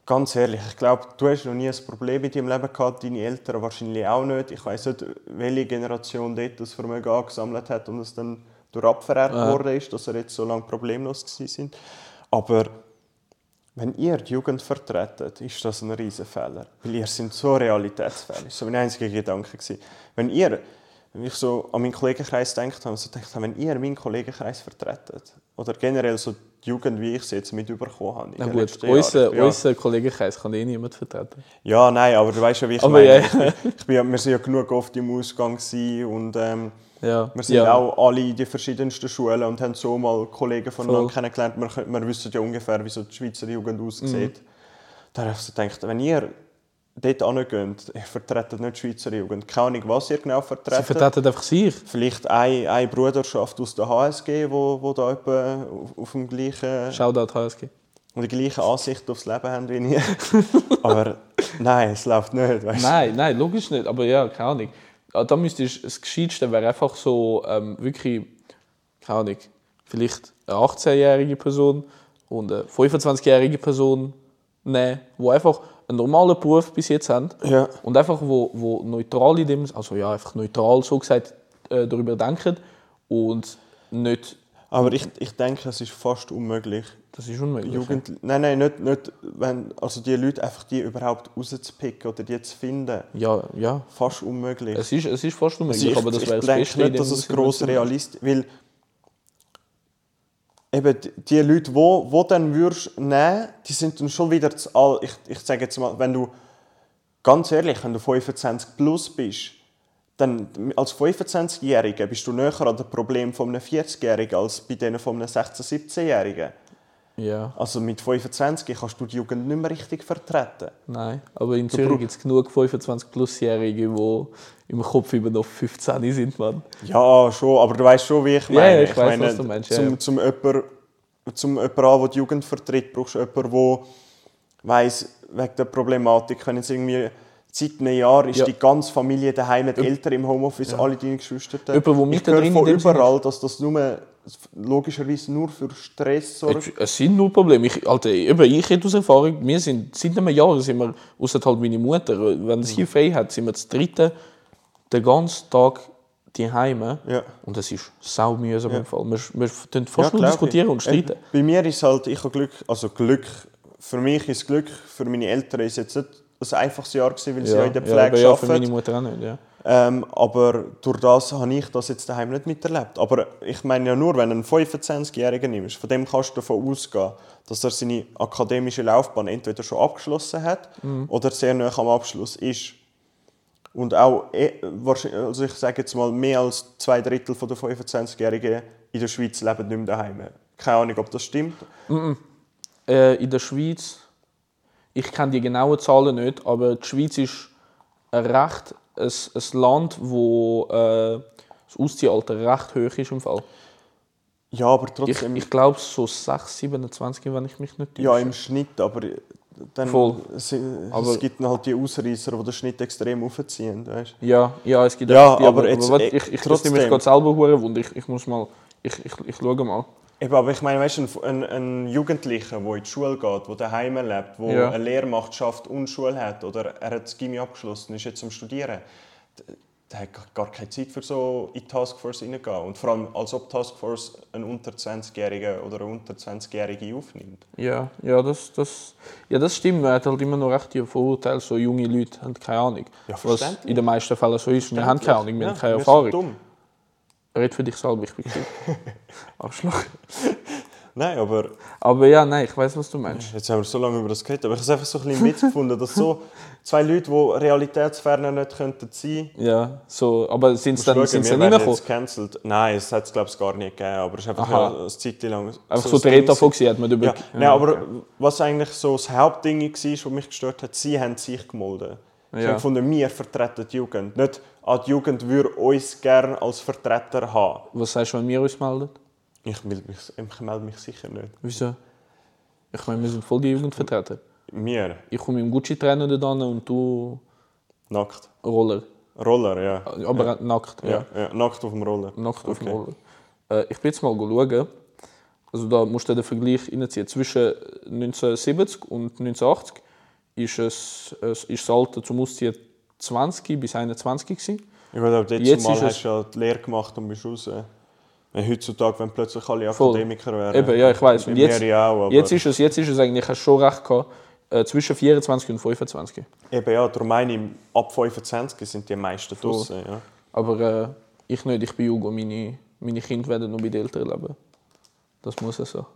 B: ganz ehrlich, ich glaube, du hast noch nie ein Problem in deinem Leben gehabt, deine Eltern wahrscheinlich auch nicht. Ich weiß nicht, welche Generation dort das Vermögen angesammelt hat und es dann durch abvererbt worden ist, dass er jetzt so lange problemlos gewesen sind. Aber wenn ihr die Jugend vertretet, ist das ein Riesenfehler. Weil ihr sind so realitätsfern. Das war mein einziger Gedanke. gewesen. Wenn ihr, wenn ich so an meinen Kollegenkreis gedacht habe, so gedacht habe, wenn ihr meinen Kollegenkreis vertretet, oder generell so die Jugend, wie ich sie jetzt mitbekommen habe. in
A: Na
B: den
A: gut,
B: letzten Jahren, ich
A: unser,
B: bin ja-
A: unser Kollegenkreis kann eh niemand vertreten.
B: ja, nein, aber du weißt ja, wie ich
A: Aber
B: meine.
A: ja.
B: Ich bin, ich bin, ja- wir sind ja genug oft im Ausgang gewesen und ähm,
A: Ja.
B: wir sind
A: ja.
B: auch alle in die verschiedensten Schulen und haben so mal Kollegen
A: Voll.
B: voneinander
A: Mhm.
B: kennengelernt. Wir, können- wir wissen ja ungefähr, wie so die Schweizer Jugend aussieht. Da Da habe ich so gedacht, wenn ihr dort angeht, ihr vertretet nicht die Schweizer Jugend, keine Ahnung, was ihr genau
A: Sie
B: vertretet.
A: vertreten einfach sich.
B: Vielleicht eine, eine Bruderschaft aus der HSG, wo, wo da etwa auf, auf dem gleichen
A: Shoutout HSG.
B: und die gleiche Ansicht aufs Leben haben wie ihr. Aber nein, es läuft nicht, weißt du?
A: Nein, nein, logisch nicht. Aber ja, keine Ahnung. Ah, Da müsstest das Gescheitste wäre einfach so ähm, wirklich, keine Ahnung, vielleicht eine 18-jährige Person und eine 25-jährige Person nehmen, die einfach einen normalen Beruf bis jetzt haben
B: Ja.
A: und einfach wo, wo neutral in dem, also ja, einfach neutral so gesagt äh, darüber denken und nicht,
B: Aber ich, ich denke, es ist fast unmöglich.
A: das ist unmöglich.
B: Jugend, nein, nein, nicht, nicht wenn, also die Leute einfach die überhaupt rauszupicken oder die zu finden.
A: Ja, ja.
B: Fast unmöglich.
A: Es ist, es ist fast unmöglich,
B: Also ich,
A: aber das
B: ich
A: wäre das
B: denke
A: Beste. in
B: nicht,
A: dem
B: dass es
A: Sinne,
B: gross
A: wenn-
B: realist weil eben die- die Leute, wo, wo dann würdest nehmen, die sind dann schon wieder zu alt. Ich, ich sage jetzt mal, wenn du ganz ehrlich, wenn du 25 plus bist, dann als 25-Jähriger bist du näher an dem Problem von einem 40-Jährigen als bei denen von einem 16-, 17-Jährigen.
A: Ja,
B: Also mit 25 kannst du die Jugend nicht mehr richtig vertreten.
A: nein. Aber in Zürich gibt es genug 25-Plus-Jährige, die im Kopf immer noch 15 sind, Mann.
B: Ja, schon, aber du weißt schon, wie ich
A: ja,
B: meine.
A: ich weiss, was du meinst, ja,
B: Zum,
A: ja.
B: zum jemand, zum jemand an, der die Jugend vertritt, brauchst du jemanden, der weiss, wegen der Problematik, wenn jetzt irgendwie seit einem Jahr ist
A: Ja.
B: die ganze Familie daheim, die Eltern im Homeoffice, alle deine Geschwister.
A: Jemand, der
B: ich
A: mittendrin
B: höre von
A: in dem Sinn
B: überall, dass das nur, logischerweise nur für Stress sorgt.
A: Es- Es sind nur Probleme. Ich, Alter, eben, ich rede aus Erfahrung, wir sind seit einem Jahr, sind wir, außer halt meine Mutter, wenn
B: Mhm.
A: sie frei hat, sind wir zu dritten den ganzen Tag die Heime.
B: Ja.
A: Und das ist sau mühsam im Fall. Wir, wir tun
B: Ja,
A: fast nur
B: glaub
A: diskutieren
B: ich.
A: und streiten.
B: Äh, Bei mir ist halt, ich habe Glück, also Glück, für mich ist Glück, für meine Eltern ist jetzt nicht ein einfaches Jahr gewesen, weil sie ja in der
A: aber
B: Pflege
A: ja, für
B: arbeiten.
A: meine Mutter auch nicht. Ja.
B: Ähm, aber durch das habe ich das jetzt daheim nicht miterlebt. Aber ich meine ja nur, wenn du einen 25-Jährigen nimmst, von dem kannst du davon ausgehen, dass er seine akademische Laufbahn entweder schon abgeschlossen hat
A: Mhm.
B: oder sehr nah am Abschluss ist. Und auch, eh- wahrscheinlich- also ich sage jetzt mal, mehr als zwei Drittel der 25-Jährigen in der Schweiz leben nicht mehr daheim. Keine Ahnung, ob das stimmt.
A: äh, in der Schweiz, ich kenne die genauen Zahlen nicht, aber die Schweiz ist ein recht ein, ein Land, wo äh, das Ausziehalter recht hoch ist im Fall.
B: Ja, aber
A: Ich,
B: trotzdem,
A: ich glaube so 6, 27, wenn ich mich nicht täusche.
B: Ähm, ja, im Schnitt, aber dann
A: Voll.
B: Es, es
A: Aber-
B: gibt dann halt die Ausreißer, die den Schnitt extrem aufziehen, weißt
A: ja, ja, es gibt
B: Ja,
A: echt die,
B: aber jetzt,
A: warte,
B: äh,
A: ich, ich trotzdem
B: trotzdem.
A: mich gerade selber hure wund. Ich, ich muss mal, ich, ich, ich schaue mal.
B: Eben, aber ich meine, weißt du, ein, ein Jugendlicher, der in die Schule geht, der daheim lebt, der
A: Ja.
B: eine Lehre macht, schafft und Schule hat, oder er hat das Gymnasium abgeschlossen, ist jetzt am Studieren, der, der hat gar- gar keine Zeit für so in die Taskforce reingehen. Und vor allem, als ob die Taskforce einen unter 20-Jährigen oder eine unter 20-Jährige aufnimmt.
A: Ja, ja, das, das, ja, das stimmt. Man hat halt immer noch recht die Vorurteile, so junge Leute haben keine Ahnung.
B: Ja,
A: was
B: verständlich.
A: in den meisten Fällen so ist. Wir haben keine Ahnung, wir
B: Ja,
A: haben keine
B: wir sind
A: Erfahrung.
B: dumm.
A: Red für dich selber, ich bin gespannt. Arschloch.
B: Nein, aber
A: Aber ja, nein, ich weiß, was du meinst.
B: Jetzt haben wir so lange über das geredet, aber ich habe es einfach so ein bisschen mitgefunden, dass so zwei Leute, die realitätsferner nicht könnten sein,
A: Ja, so, aber sind sie dann,
B: schauen,
A: sind's
B: wir
A: dann
B: werden
A: reingekommen?
B: jetzt gecancelt. Nein, es hat es glaube ich gar nicht gegeben, aber es ist einfach
A: Aha.
B: eine Zeit lang
A: Einfach so,
B: ein
A: der
B: Ding
A: Rede davon
B: gewesen.
A: gewesen, hat man über...
B: Ja, nein, aber was eigentlich so das Hauptding war, was mich gestört hat, sie haben sich gemolden. Sie
A: Ja.
B: haben gefunden, wir vertreten die Jugend. Nicht, ah, die Jugend würde uns gerne als Vertreter haben.
A: Was sagst du, wenn wir uns melden?
B: Ich, melde mich, ich melde mich sicher nicht.
A: Wieso? Ich meine, wir sind voll die Jugendvertreter.
B: Wir,
A: Ich komme im Gucci-Trainer da und du
B: nackt.
A: Roller.
B: Roller, ja.
A: Aber nackt, ja.
B: Ja, ja, nackt auf dem Roller.
A: Nackt auf dem
B: Okay.
A: Roller. Äh, ich bin jetzt mal schauen. Also da musst du den Vergleich reinziehen. Zwischen 1970 und 1980 ist es, es ist das Alter zum Ausziehen 20 bis 21 gewesen.
B: Ich meine, aber dort
A: Jetzt
B: zumal
A: ist es-
B: hast du ja die Lehre gemacht und bist raus. Wenn heutzutage, wenn plötzlich alle
A: Voll.
B: Akademiker wären.
A: Eben, ja, ich weiß. Und jetzt,
B: Mehrere auch, aber
A: jetzt ist es, jetzt ist es eigentlich, hast du schon recht gehabt, äh, zwischen 24 und 25.
B: eben, ja, darum meine ich, ab 25 sind die meisten draußen. Ja.
A: Aber äh, ich nicht, ich bin jung und meine, meine Kinder werden noch bei den Eltern leben. Das muss ja so.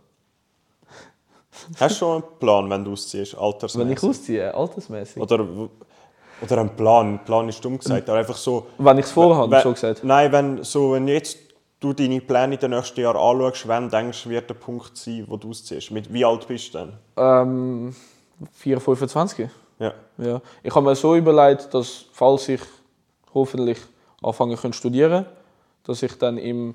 B: Hast du schon einen Plan, wenn du ausziehst,
A: Wenn ich
B: altersmäßig?
A: ausziehe, altersmäßig.
B: Oder, w- oder einen Plan, ein Plan ist dumm gesagt, aber einfach so...
A: Wenn ich es vorhabe,
B: wenn-
A: so gesagt.
B: Nein, wenn, so, wenn jetzt du deine Pläne in den nächsten Jahren anschaust, wann denkst du, wird der Punkt sein, wo du ausziehst? Mit wie alt bist du denn?
A: Ähm, 4,25.
B: Ja.
A: Ja. Ich habe mir so überlegt, dass, falls ich hoffentlich anfangen kann studieren, dass ich dann im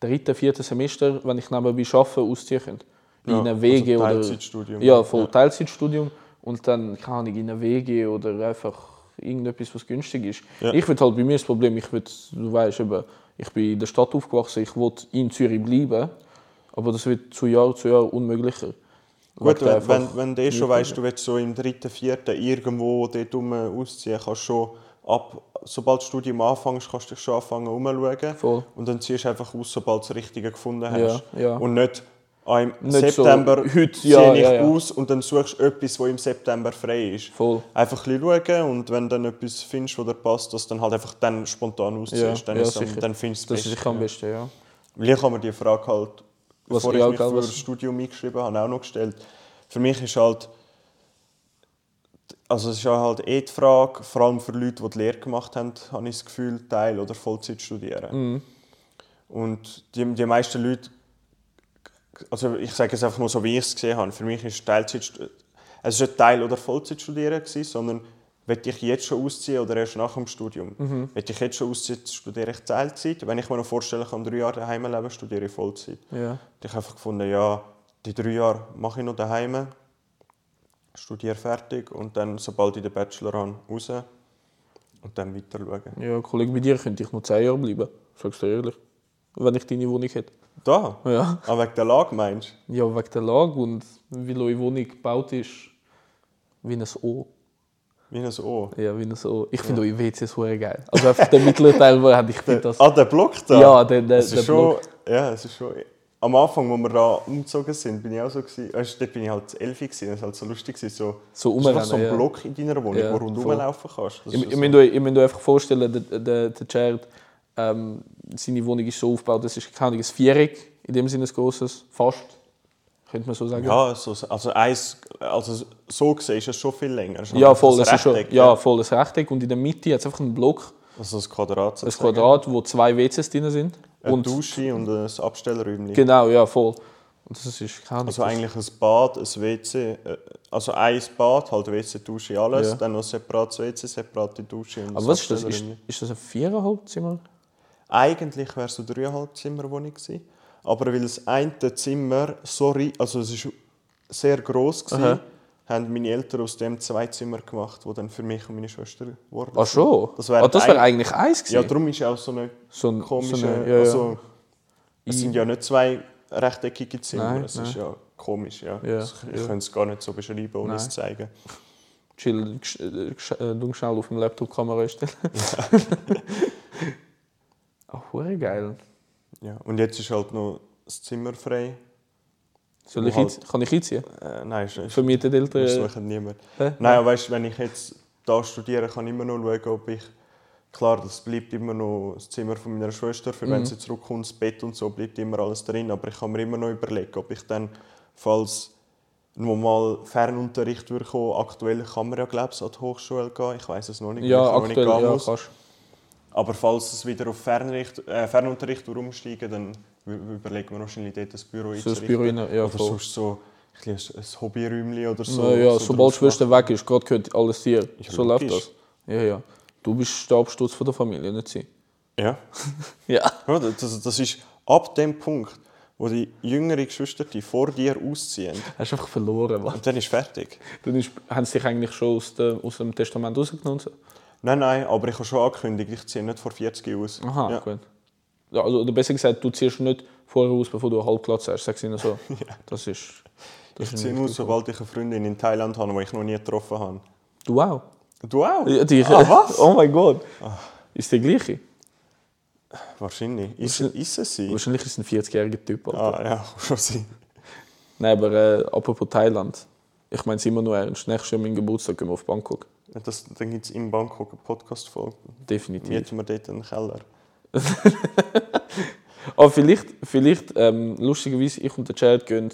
A: dritten, vierten Semester, wenn ich nebenbei arbeite, ausziehen könnte. In
B: Ja,
A: eine WG
B: also
A: oder.
B: Teilzeitstudium.
A: Ja, voll
B: Ja.
A: Teilzeitstudium. Und dann, keine Ahnung, in eine WG oder einfach irgendetwas, was günstig ist.
B: Ja.
A: Ich würde halt bei mir das Problem, ich würde, du weißt, eben, ich bin in der Stadt aufgewachsen, ich wollte in Zürich bleiben, aber das wird zu Jahr zu Jahr unmöglicher.
B: Gut,
A: Wegen
B: wenn,
A: einfach-
B: wenn, wenn du eh schon weißt, du willst so im dritten, vierten irgendwo dort rum ausziehen, kannst du schon ab, sobald das Studium anfängst, kannst du dich schon anfangen umzuschauen.
A: Voll.
B: Und dann ziehst du einfach aus, sobald du das Richtige gefunden
A: Ja,
B: hast.
A: ja.
B: Und nicht ah, im
A: Nicht so,
B: September
A: heute,
B: ziehe
A: ja,
B: ich
A: ja, ja.
B: aus und dann suchst du etwas, das im September frei ist.
A: Voll.
B: Einfach ein bisschen schauen und wenn du dann etwas findest, was dir passt, dass du dann halt einfach dann spontan ausziehst,
A: Ja,
B: dann,
A: ja,
B: ist es,
A: sicher.
B: am- dann findest du
A: Das
B: es
A: ist
B: best.
A: sicher am besten, ja.
B: Weil ich habe mir die Frage halt,
A: Was
B: bevor
A: ja,
B: ich mich
A: gell,
B: für
A: was-
B: das Studium eingeschrieben habe, auch noch gestellt. Für mich ist halt, also es ist auch halt eh die Frage, vor allem für Leute, die die Lehre gemacht haben, habe ich das Gefühl, Teil- oder Vollzeit studieren. Und die, die meisten Leute, also ich sage es einfach nur so, wie ich es gesehen habe, für mich ist Teilzeit, äh, es ist nicht Teil- oder Vollzeit studieren, gewesen, sondern will ich jetzt schon ausziehen oder erst nach dem Studium? Will ich jetzt schon ausziehen, studiere ich Teilzeit. Wenn ich mir noch vorstellen kann, drei Jahre daheim leben, studiere ich Vollzeit.
A: ja.
B: Und ich habe einfach gefunden, ja, die drei Jahre mache ich noch daheim, studiere fertig und dann, sobald ich den Bachelor habe, raus und dann weiter schauen.
A: Ja, Kollege, bei dir könnte ich noch 10 Jahre bleiben, sagst du ehrlich. Wenn ich deine Wohnung hätte.
B: Da?
A: Oh Ja.
B: Aber wegen der Lage meinst du?
A: Ja, wegen der Lage und wie eure Wohnung gebaut ist, wie ein O.
B: Wie ein O.
A: Ja, wie ein O. Ich finde eure WCs sehr geil. Also einfach der mittlere Teil, wo hat, ich finde das...
B: Ah, der Block da?
A: Ja, der, der,
B: es
A: der
B: ist schon,
A: Block.
B: Ja, es ist schon... Am Anfang, als wir da umgezogen sind, bin ich auch so gewesen, weißt, dort bin ich halt elf gewesen, das war halt so lustig gewesen, so
A: So
B: es ist einfach
A: rumrennen,
B: so ein
A: ja.
B: Block in deiner Wohnung,
A: Ja,
B: wo du rundum
A: voll.
B: laufen kannst. Das
A: Ich,
B: ist
A: ich
B: so-
A: müsst euch- ich müsst euch einfach vorstellen, der, der, der Jared, ähm, seine Wohnung ist so aufgebaut, das ist kein Viereck, in dem Sinne ein grosses, fast, könnte man so sagen.
B: Ja, so, also, eins, also so gesehen ist es schon viel länger. Also Es ist
A: ja
B: einfach
A: voll,
B: ein
A: es ist schon,
B: Rechteck,
A: Also ja, voll, ein Rechteck und in der Mitte hat es einfach einen Block,
B: Also ein Quadrat
A: ein
B: sozusagen.
A: Quadrat, wo zwei WCs drin sind.
B: Eine
A: und
B: Dusche und ein Abstellräumchen.
A: Genau, ja, voll. Und das ist keine Ahnung.
B: Also
A: das-
B: eigentlich ein Bad, ein WC, äh, also ein Bad, halt WC, Dusche, alles,
A: Ja.
B: dann noch ein separates WC, separate Dusche und
A: Aber
B: ein
A: was ist das? Ist,
B: Abstellräumchen.
A: ist das ein viereinhalb Zimmer?
B: Eigentlich wäre es eine dreieinhalb Zimmerwohnung gewesen, aber weil das eine Zimmer so ri- also es ist sehr groß
A: Aha.
B: gewesen, haben meine Eltern aus dem zwei Zimmer gemacht, wo dann für mich und meine Schwester wurden.
A: Ach schon.
B: Das wäre
A: ah, das wär
B: ein-
A: eigentlich eins
B: Ja,
A: gewesen.
B: darum ist auch so eine
A: so ein,
B: komische.
A: so eine, ja, ja.
B: also, es
A: Ich-
B: sind ja nicht zwei rechteckige Zimmer.
A: Nein,
B: es
A: nein.
B: ist ja komisch. Ja.
A: Ja,
B: ich ich
A: ja.
B: könnte es gar nicht so beschreiben, ohne es
A: Nein.
B: zu zeigen.
A: Chill, gsch- äh, gsch- äh, du schnell auf dem Laptop Kamera stellen. Ach, Ah, hure geil.
B: Ja. Und jetzt ist halt noch das Zimmer frei.
A: Soll ich
B: Halt.
A: einzie- Kann ich einziehen?
B: Äh, nein, ist nicht.
A: Vermietet
B: Das
A: Eltern.
B: sucht niemand.
A: Hä?
B: Nein, aber weißt, wenn ich jetzt da studiere, kann ich immer noch schauen, ob ich. Klar, das bleibt immer noch das Zimmer von meiner Schwester, für
A: Mhm.
B: wenn sie zurückkommt, das Bett und so bleibt immer alles drin. Aber ich kann mir immer noch überlegen, ob ich dann, falls noch mal Fernunterricht würde kommen, aktuell kann man ja, glaube ich, an die Hochschule gehen. Ich weiß es noch nicht,
A: Ja,
B: weil ich noch
A: aktuell,
B: nicht gehen
A: ja,
B: muss.
A: kannst.
B: Aber falls es wieder auf Fernricht, äh, Fernunterricht würde umsteigen, dann w- überlegen wir wahrscheinlich dort das Büro
A: So das Büro rein, ja,
B: Oder
A: voll.
B: sonst so ein, bisschen ein Hobbyräumchen oder so.
A: Na ja,
B: so
A: sobald
B: draus
A: Schwester weg ist, gerade gehört alles dir.
B: Ist
A: so läuft
B: logisch.
A: das. Ja, ja. Du bist der Absturz von der Familie, nicht sie.
B: Ja.
A: Ja.
B: ja das, das ist ab dem Punkt, wo die jüngeren Geschwister die vor dir ausziehen.
A: Hast einfach verloren, Mann.
B: Und dann ist fertig.
A: Dann ist, haben sie dich eigentlich schon aus, der, aus dem Testament rausgenommen. so?
B: Nein, nein, aber ich habe schon angekündigt, ich ziehe nicht vor 40 aus.
A: Aha,
B: ja.
A: gut. Ja, also, oder besser gesagt, du ziehst nicht vorher aus, bevor du halb Platz hast. Sag's ihnen so. Das ist. Das
B: Ich
A: ist
B: ziehe
A: nicht-
B: aus, sobald ich eine Freundin in Thailand habe, die ich noch nie getroffen habe.
A: Du auch.
B: Du auch?
A: Ja, die,
B: Ah, was?
A: Oh mein Gott. Ist der gleiche?
B: Wahrscheinlich. Ist, ist es sie?
A: Wahrscheinlich ist es ein 40-jähriger Typ. Alter.
B: Ah, ja, kann schon sein.
A: Nein, aber äh, apropos Thailand. Ich meine es immer nur ernst. Nächstes Jahr mein Geburtstag gehen wir auf Bangkok.
B: Ja, Das, dann gibt es in Bangkok eine Podcast-Folge.
A: Definitiv.
B: Mieten wir dort einen Keller.
A: Aber vielleicht, vielleicht ähm, lustigerweise, ich und der Chad gehen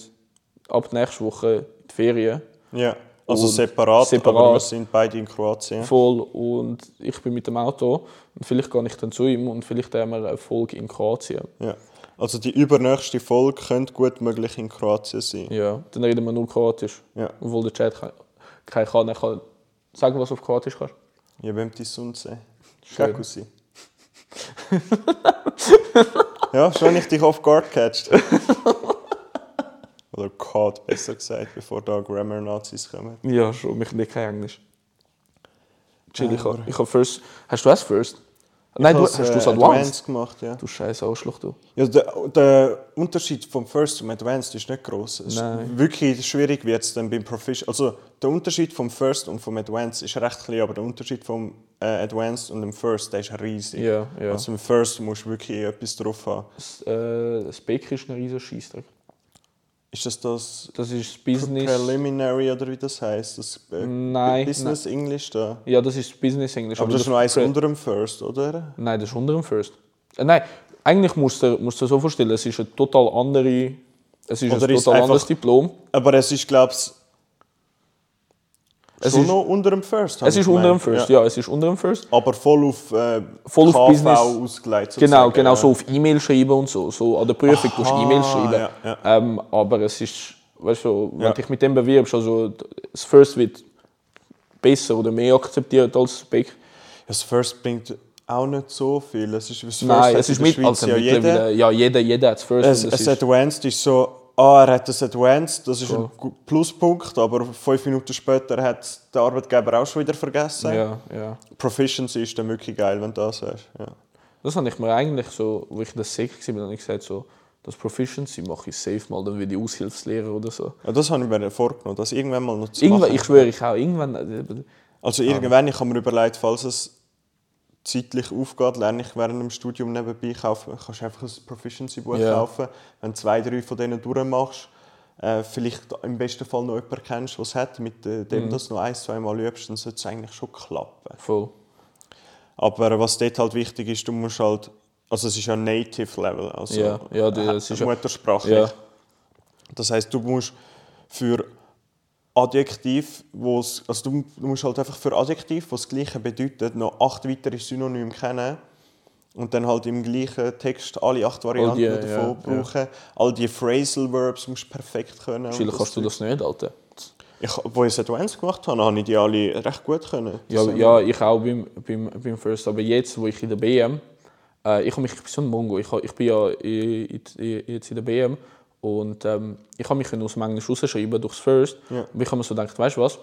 A: ab nächster Woche in die Ferien.
B: Ja. Also
A: Und
B: separat, aber
A: separat.
B: wir sind beide in Kroatien.
A: voll und ich bin mit dem Auto und vielleicht gehe ich dann zu ihm und vielleicht haben wir eine Folge in Kroatien.
B: Ja. Also die übernächste Folge könnte gut möglich in Kroatien sein.
A: Ja, dann reden wir nur Kroatisch.
B: Ja.
A: Obwohl der Chat kann. Kein kann, ich kann sagen, was du auf Kroatisch kannst.
B: Ja, beim die Sunze. Kakusi. ja, schon ich dich off guard catcht. Oder caught, besser gesagt, bevor da Grammar-Nazis kommen.
A: Ja, schon, mich nicht kein Englisch. Chill, ich
B: Aber-
A: habe ich hab First. Hast du es First? Nein, du,
B: Ich
A: hast
B: has,
A: du es
B: äh,
A: Advanced?
B: gemacht, ja.
A: Du scheiß Arschloch, du.
B: ja der, der Unterschied vom First zum Advanced ist nicht groß. Es
A: Nein.
B: ist wirklich schwierig wird es dann beim Proficient. Also der Unterschied vom First und vom Advanced ist recht klein, aber der Unterschied vom äh, Advanced und dem First, der ist riesig.
A: Ja, ja.
B: Also im First musst du wirklich etwas drauf haben.
A: Das, äh, das Bakery ist ein riesiger Scheissdreck.
B: Ist das das
A: Das ist das Business.
B: Preliminary oder wie das heißt? Das äh,
A: Nein,
B: Business English da?
A: Ja, das ist das Business Englisch.
B: Aber das ist noch eins
A: Pre-
B: unter dem First, oder?
A: Nein, das ist unter dem First. Äh, nein, eigentlich musst du musst du dir so vorstellen, es ist ein total andere, es ist
B: Oder
A: ein
B: ist es
A: total anderes
B: einfach-
A: Diplom.
B: Aber es ist, glaube ich,
A: Es
B: schon
A: ist-
B: noch unter dem First. hab
A: Es
B: ich
A: ist unter dem
B: gemeint.
A: First, ja. es ist unter dem First.
B: Aber voll auf, äh,
A: Voll auf
B: KV
A: Business.
B: ausgelegt.
A: Genau,
B: sozusagen,
A: genau
B: ja.
A: so auf E-Mail schreiben und so. So an der Prüfung musst du
B: Aha,
A: E-Mail schreiben.
B: ja, ja.
A: Ähm, aber es ist, weißt du, wenn
B: Ja.
A: du dich mit dem bewirbst, also das First wird besser oder mehr akzeptiert als das Back.
B: Das First bringt auch nicht so viel. Es ist, das First
A: Nein,
B: hat
A: es
B: in
A: ist
B: der
A: mit,
B: Schweiz
A: also
B: ja
A: mittlerweile,
B: jeder.
A: ja, jeder, jeder hat das First.
B: Es,
A: und das
B: es
A: ist,
B: Advanced ist so, ah, er hat das Advanced, das ist ein gu- Pluspunkt, aber fünf Minuten später hat der Arbeitgeber auch schon wieder vergessen.
A: ja, ja.
B: Proficiency ist dann wirklich geil, wenn du das hast. Ja.
A: Das habe ich mir eigentlich so, wo ich das sicher war, habe ich gesagt, so, das Proficiency mache ich safe mal, dann werde ich Aushilfslehrer oder so.
B: Ja, das habe ich mir vorgenommen, das irgendwann mal noch zu
A: Irgendwann,
B: machen.
A: ich schwöre, ich auch, irgendwann, äh,
B: Also irgendwann, ich habe mir überlegt, falls es zeitlich aufgeht, lerne ich während dem Studium nebenbei kaufen. Kannst einfach ein Proficiency-Buch
A: Ja.
B: kaufen, wenn du zwei, drei von denen durchmachst. Äh, vielleicht im besten Fall noch jemanden kennst, was hat, mit äh,
A: Mhm.
B: dem das noch ein, zwei Mal übst, dann sollte es eigentlich schon klappen.
A: voll.
B: Aber was dort halt wichtig ist, du musst halt, also es ist ja Native Level, also
A: Ja, ja, die-
B: äh,
A: es ist ja-
B: muttersprachlich.
A: Ja,
B: Das heißt, du musst für Adjektiv, wo's, also du, du musst halt einfach für Adjektiv, was das Gleiche bedeutet, noch acht weitere Synonyme kennen und dann halt im gleichen Text alle acht Varianten
A: die,
B: davon
A: ja, ja.
B: brauchen. All die Phrasal Verbs musst du perfekt können. und
A: wahrscheinlich
B: das
A: kannst du
B: Zeug.
A: das nicht, Alter.
B: Ich, wo ich Advanced gemacht habe, habe ich die alle recht gut können.
A: Ja,
B: Das-
A: ja ich auch beim, beim, beim First. Aber jetzt, wo ich in der BM. Äh, ich, hab mich, ich bin so ein Mongo. Ich, hab- ich bin ja i- i- i- jetzt in der BM. Und ähm, ich habe mich aus dem Englisch rausschreiben durchs First.
B: Ja.
A: Und ich habe mir so gedacht, weißt du was?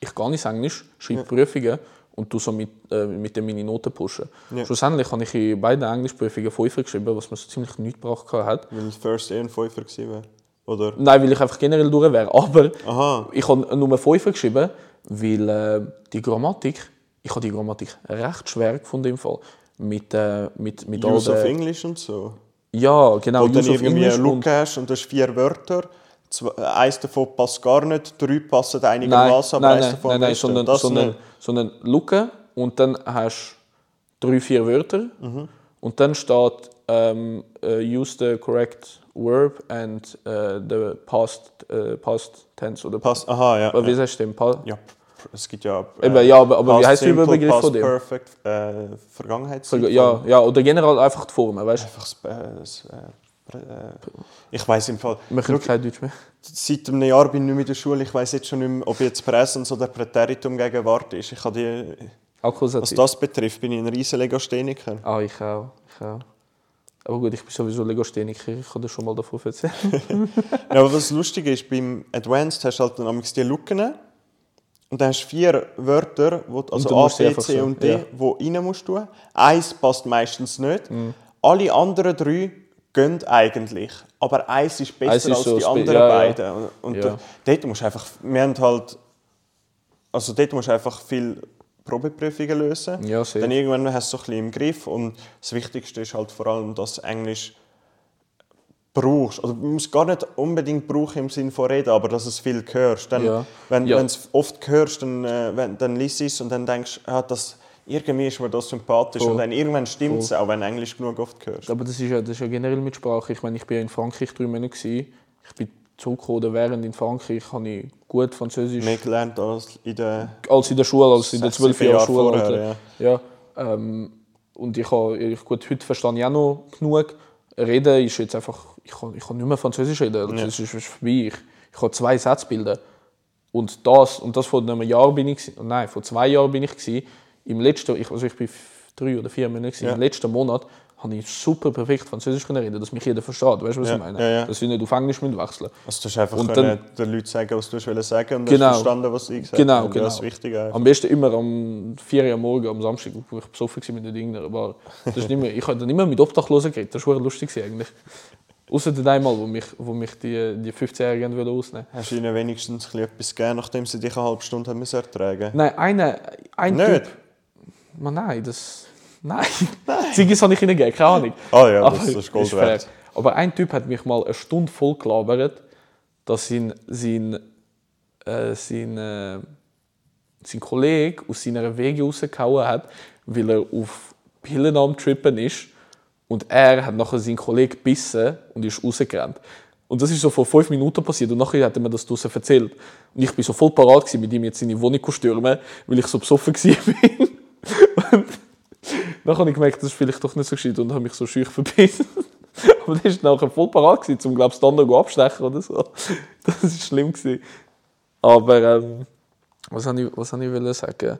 A: Ich gehe ins Englisch, schreibe Prüfungen und tu so mit, äh, mit dem meine Noten pushen.
B: Ja.
A: Schlussendlich habe ich in beiden Englischprüfungen Fünfer geschrieben, was mir so ziemlich nichts gebracht hat.
B: Weil ich First eher ein Fünfer gewesen wäre. Oder?
A: Nein, weil ich einfach generell durch wäre. Aber
B: Aha.
A: ich habe nur Fünfer geschrieben, weil äh, die Grammatik, ich habe die Grammatik recht schwer gefunden im Fall. Mit, äh, mit, mit all
B: Use of
A: den-
B: English und so.
A: Ja, genau,
B: Wo dann
A: Use of
B: irgendwie
A: English
B: eine
A: und
B: Lücke hast und hast vier Wörter. Zwei, eins davon passt gar nicht, drei passen
A: Nein,
B: einigermaßen, aber
A: nein,
B: eins
A: nein,
B: davon
A: nein, nein
B: nicht.
A: sondern,
B: das
A: sondern,
B: nicht.
A: sondern Lücke und dann hast du drei, vier Wörter
B: Mhm.
A: und dann steht ähm, äh, use the correct verb and äh, the past, äh, past tense oder
B: Passt, aha, ja.
A: Aber
B: ja.
A: wie sagst du denn? Pa
B: ja pr- es gibt ja.
A: Eben, ja, aber- aber wie
B: past
A: heisst der
B: simple,
A: Überbegriff
B: past
A: von dem?
B: Perfect, äh, Vergangenheits.
A: ja, ja, oder generell einfach die Formen, weißt du?
B: Einfach das, äh, das, äh, pr- äh, ich weiß im Fall.
A: Wir können kein Deutsch mehr.
B: Seit einem Jahr bin ich nicht mehr in der Schule. Ich weiß jetzt schon nicht mehr, ob jetzt Präsens oder Präteritum Gegenwart ist. Ich habe die, was
A: Akkusativ.
B: das betrifft, bin ich ein riesen Legastheniker.
A: Ah, ich auch. Ich auch. Aber gut, ich bin sowieso Legastheniker, ich kann dir schon mal davon erzählen.
B: Ja, aber was lustig ist, beim Advanced hast du halt dann manchmal die Lücken und dann hast du vier Wörter, wo, du- also
A: dann
B: A,
A: musst du
B: B,
A: einfach
B: C
A: so,
B: und D,
A: ja.
B: wo rein musst du. Eins passt meistens nicht.
A: Mhm.
B: Alle anderen drei gehen eigentlich. Aber eins ist besser
A: Eins ist
B: als
A: so
B: die
A: spe-
B: anderen
A: ja, ja.
B: beiden. Und, und
A: Ja.
B: da- dort musst du einfach, wir haben halt, also dort musst du einfach viel Probeprüfungen lösen.
A: Ja, sehr.
B: dann irgendwann hast du so ein bisschen im Griff und das Wichtigste ist halt vor allem, dass Englisch brauchst. Also, man muss gar nicht unbedingt brauchen im Sinne von reden, aber dass es viel hörst. Dann,
A: Ja.
B: Wenn
A: Ja.
B: wenn du es oft hörst, dann, äh, wenn, dann liest du es und dann denkst du, ah, das, irgendwie ist mir das sympathisch.
A: Voll.
B: Und dann irgendwann stimmt es auch, wenn du Englisch genug oft hörst.
A: Aber das ist, ja, das ist ja generell mit Sprache. Ich meine, ich war ja in Frankreich drei Monate. gewesen. Ich bin zurückgekommen, oder während in Frankreich habe ich gut Französisch.
B: Mehr gelernt als in der...
A: als in der Schule, als in der
B: Sechs, sieben
A: 12 Jahren
B: Jahre
A: Schule.
B: vorher,
A: Alter. ja. ähm, und ich habe, ich, gut, heute verstehe ich auch noch genug. Reden ist Also, jetzt einfach, ich kann, ich kann nicht mehr Französisch reden. Französisch ist vorbei. Ich, ich kann zwei Sätze bilden. Und das, und das vor einem Jahr bin ich, gsi- nein, vor zwei Jahren bin ich gsi, im letzten, ich, also ich bin f- drei oder vier Monate, gsi,
B: Ja.
A: im letzten Monat habe ich super perfekt Französisch können reden, dass mich jeder versteht, weißt du, was
B: Ja,
A: ich meine?
B: ja, ja.
A: Dass ich nicht auf Englisch müssen wechseln
B: Also du hast einfach
A: Und
B: können den Leuten sagen, was du hast wollen sagen und
A: Genau.
B: hast verstanden, was sie gesagt
A: Genau,
B: haben.
A: genau.
B: Das ist wichtig. eigentlich.
A: Am besten immer am 4 Uhr am morgen, am Samstag, wo ich besoffen war mit den Dingern. War. Das ist nicht mehr, ich habe dann immer mit Obdachlosen geredet, das war verdammt lustig gewesen eigentlich. Außer den einmal, wo mich, wo mich die, die 15-Jährigen wollten ausnehmen
B: Hast du ihnen wenigstens ein bisschen etwas gegeben, nachdem sie dich eine halbe Stunde haben müssen ertragen
A: Nein, einer, ein
B: Nicht?
A: Typ. Man, nein, das. Nein. Ziggis habe ich ihnen gegeben, keine Ahnung.
B: Ah ja, das, das ist Gold
A: fair.
B: wert.
A: Aber ein Typ hat mich mal eine Stunde voll gelabert, dass sein, sein, äh, sein, äh, sein Kollege aus seiner Wege rausgehauen hat, weil er auf Pillen am Trippen ist. Und er hat nachher seinen Kollegen gebissen und ist rausgerannt. Und das ist so vor fünf Minuten passiert und nachher hat er mir das draussen erzählt. Und ich bin so voll parat gewesen, mit ihm jetzt seine Wohnung zu stürmen, weil ich so besoffen war. bin. Und dann habe ich gemerkt, das ist vielleicht doch nicht so gescheit und habe mich so schüch verbissen. Aber der ist nachher voll parat gewesen, um glaub ich dann noch abstechen oder so. Das ist schlimm gewesen. Aber ähm, was wollte ich, was hab ich wollen sagen?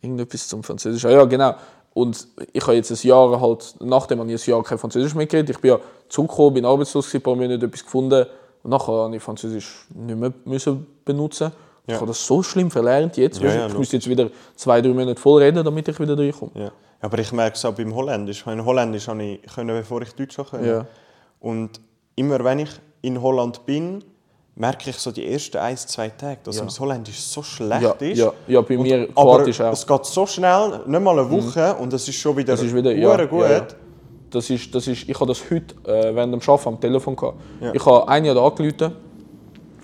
A: Irgendetwas zum Französisch. Ah, ja, genau. Und ich habe jetzt ein Jahr halt, nachdem habe ich ein Jahr kein Französisch mehr geredet. Ich bin ja zurückgekommen, bin arbeitslos, gewesen, ein paar Monate etwas gefunden. Und nachher habe ich Französisch nicht mehr müssen benutzen. Ich
B: Ja.
A: habe das so schlimm verlernt jetzt.
B: Ja,
A: weißt du,
B: ja,
A: ich
B: logisch.
A: müsste jetzt wieder zwei, drei Monate voll reden, damit ich wieder reinkomme.
B: Ja. Aber ich merke es auch beim Holländisch. Ich meine, Holländisch konnte ich, können, bevor ich Deutsch auch konnte.
A: Ja.
B: Und immer wenn ich in Holland bin, merke ich so die ersten ein, zwei Tage, dass mir das Holländisch so schlecht
A: Ja,
B: ist.
A: ja, ja, bei mir
B: aber
A: Kroatisch auch.
B: es geht so schnell, nicht mal eine Woche, und es ist schon wieder,
A: Das ist wieder, ja,
B: hure
A: ja,
B: gut.
A: ja. Das ist, das ist, ich habe das heute äh, während dem Arbeiten am Telefon gehabt.
B: Ja.
A: Ich habe eine oder angerufen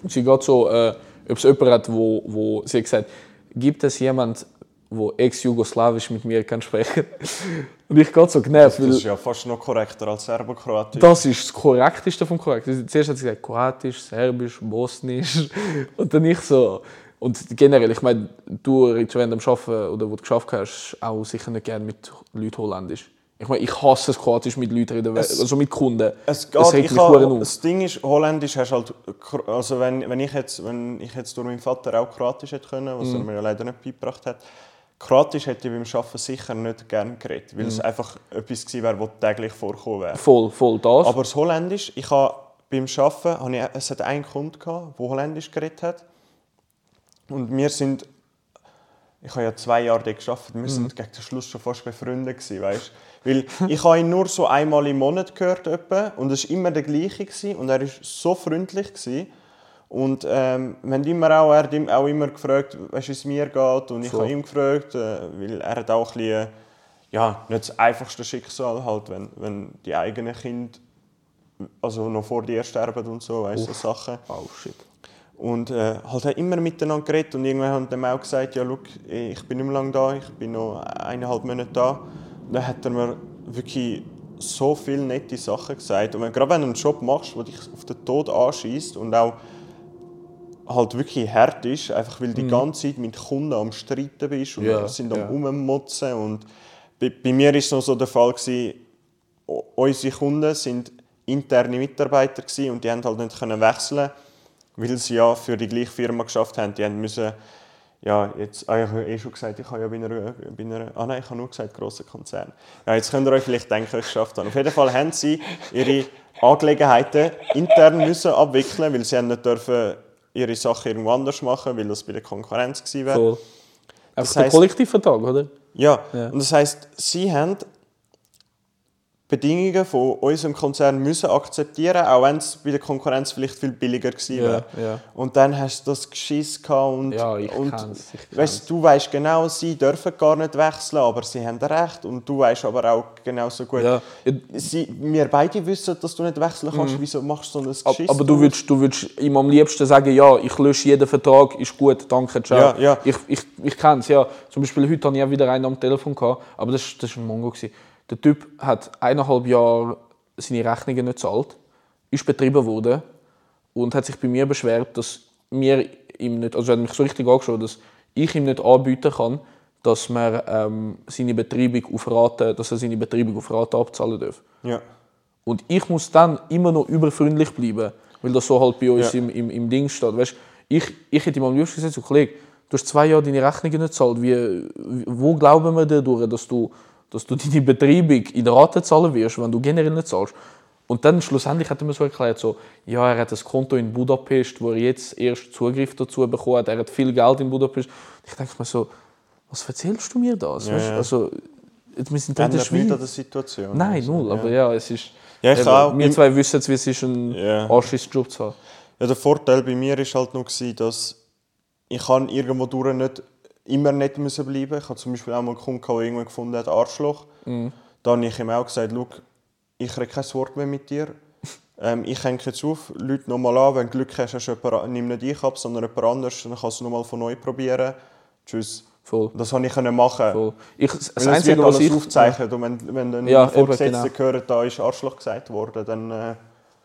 A: und sie geht so, äh, ob es jemanden hat, wo, wo sie hat gesagt gibt es jemand, wo ex-jugoslawisch mit mir kann sprechen? und ich gehe so genervt,
B: Das
A: weil
B: ist ja fast noch korrekter als Serbokroatisch.
A: das ist das Korrekteste vom Korrekten. Zuerst hat sie gesagt, Kroatisch, Serbisch, Bosnisch. Und dann ich so. Und generell, ich meine, du redest während dem Arbeiten oder wo du geschafft hast, auch sicher nicht gerne mit Leuten Holländisch. Ich meine, ich hasse es, Kroatisch mit Leuten reden, also mit Kunden.
B: Es
A: Das
B: geht,
A: regt
B: ich
A: mich
B: habe,
A: verdammt auf.
B: das Ding ist, Holländisch hast halt, Kro- also wenn, wenn, ich jetzt, wenn ich jetzt durch meinen Vater auch Kroatisch hätte können,
A: Mhm.
B: was er mir ja leider nicht beigebracht hat, Kroatisch hätte ich beim Arbeiten sicher nicht gern geredet, weil
A: Mhm.
B: es einfach etwas gewesen wäre, was täglich vorkommen wäre.
A: Voll, voll das.
B: Aber das Holländisch, ich habe beim Arbeiten, habe ich, es hat einen Kunde gehabt, der Holländisch geredet hat. Und wir sind, ich habe ja zwei Jahre dort gearbeitet, wir sind gegen den Schluss schon fast befreundet gewesen, weißt? Weil ich habe ihn nur so einmal im Monat gehört etwa, und es war immer der gleiche gewesen, und er war so freundlich. Gewesen. Und ähm, wir haben immer auch, er hat ihm auch immer gefragt, weißt, wie es mir geht. Und ich
A: Voll.
B: habe ihm gefragt, äh, weil er hat auch ein bisschen, äh, ja, nicht das einfachste Schicksal, halt, wenn, wenn die eigenen Kinder also noch vor dir sterben und so, weißt du, so Sachen.
A: oh shit.
B: Und äh, halt haben immer miteinander geredet und irgendwann haben dem auch gesagt, ja, look, ich bin nicht mehr lange da, ich bin noch eineinhalb Monate da. Dann hat er mir wirklich so viele nette Sachen gesagt. Und wenn, gerade wenn du einen Job machst, der dich auf den Tod anschießt und auch halt wirklich hart ist, einfach weil die ganze Zeit mit Kunden am Streiten bist und
A: Mhm. Ja,
B: sind am
A: ja.
B: Rummotzen. Und bei, bei mir war es noch so der Fall, gewesen, o- unsere Kunden sind interne Mitarbeiter gewesen und die haben halt nicht können wechseln, weil sie ja für die gleiche Firma geschafft haben. Die haben müssen, ja jetzt, ah, ich habe eh schon gesagt, ich habe ja bei einer, bei einer, ah nein, ich habe nur gesagt großer Konzern. Ja, jetzt könnt ihr euch vielleicht denken, was ich geschafft habe. Auf jeden Fall haben sie ihre Angelegenheiten intern müssen abwickeln, weil sie haben nicht dürfen ihre Sachen irgendwo anders machen, weil das bei der Konkurrenz gewesen wäre.
A: Voll. Einfach der
B: heisst-
A: Kollektivvertrag, oder?
B: Ja,
A: Ja.
B: und das heißt, sie haben Bedingungen von unserem Konzern müssen akzeptieren, auch wenn es bei der Konkurrenz vielleicht viel billiger gewesen
A: Ja,
B: wäre.
A: ja.
B: Und dann hast du das Geschiss gehabt und,
A: Ja, ich
B: und
A: kenn's, ich
B: weißt, du weißt genau, sie dürfen gar nicht wechseln, aber sie haben recht und du weißt aber auch genauso gut.
A: Ja. Mhm.
B: Sie, wir beide wissen, dass du nicht wechseln kannst. Wieso machst du so ein
A: Ab-
B: Geschiss?
A: Aber du würdest, du würdest ihm am liebsten sagen, ja, ich lösche jeden Vertrag, ist gut, danke, ciao.
B: Ja, ja.
A: Ich, ich, ich kenne es, ja. Zum Beispiel heute hatte ich auch wieder einen am Telefon, gehabt, aber das war das ist ein Mongo. Gewesen. Der Typ hat eineinhalb Jahre seine Rechnungen nicht gezahlt, ist betrieben worden und hat sich bei mir beschwert, dass mir ihm nicht, also er hat mich so richtig angeschaut, dass ich ihm nicht anbieten kann, dass man ähm, seine Betreibung auf Rate, dass er seine Betreibung auf Rate abzahlen darf.
B: Ja.
A: Und ich muss dann immer noch überfreundlich bleiben, weil das so halt bei uns
B: Ja.
A: im, im, im Ding steht. Weißt, Ich, ich hätte ihm am liebsten gesagt, so, Kollege, du hast zwei Jahre deine Rechnungen nicht gezahlt. Wie, wo glauben wir dadurch, dass du, dass du deine Betreibung in Raten zahlen wirst, wenn du generell nicht zahlst? Und dann schlussendlich hat er mir so erklärt, so, ja, er hat ein Konto in Budapest, wo er jetzt erst Zugriff dazu bekommen hat. Er hat viel Geld in Budapest. Ich denke mir so, was erzählst du mir das?
B: Ja,
A: Weißt du,
B: ja.
A: Also, jetzt- wir sind da in der
B: Ändert nichts an der
A: Schweiz.
B: Situation.
A: Nein,
B: Also,
A: null.
B: ja.
A: Aber ja, es ist.
B: Ja, ich
A: eben,
B: auch.
A: wir zwei wissen jetzt, wie es ist, einen
B: Ja.
A: Arschis-Job zu haben.
B: Ja, der Vorteil bei mir war halt noch, gewesen, dass ich kann irgendwo durch nicht immer nicht müssen bleiben Ich habe zum Beispiel auch mal einen Kunden, gehabt, der irgendwann gefunden hat, Arschloch.
A: Mhm.
B: Da habe ich ihm auch gesagt, «Schau, ich rede kein Wort mehr mit dir. Ähm, ich hänge jetzt auf, Leute nochmal an. Wenn du Glück hast, hast du jemanden, nimm nicht ich ab, sondern jemand anders. Dann kannst du nochmal von neu probieren. Tschüss.
A: Voll.
B: Das konnte ich können machen.
A: Voll. Ich, das
B: Weil es
A: Einzige,
B: wird
A: was
B: alles
A: ich.
B: aufgezeichnet. Und wenn, wenn dann
A: Ja,
B: ja,
A: eben,
B: Vorgesetzte
A: genau.
B: hören, da ist Arschloch gesagt worden, dann äh,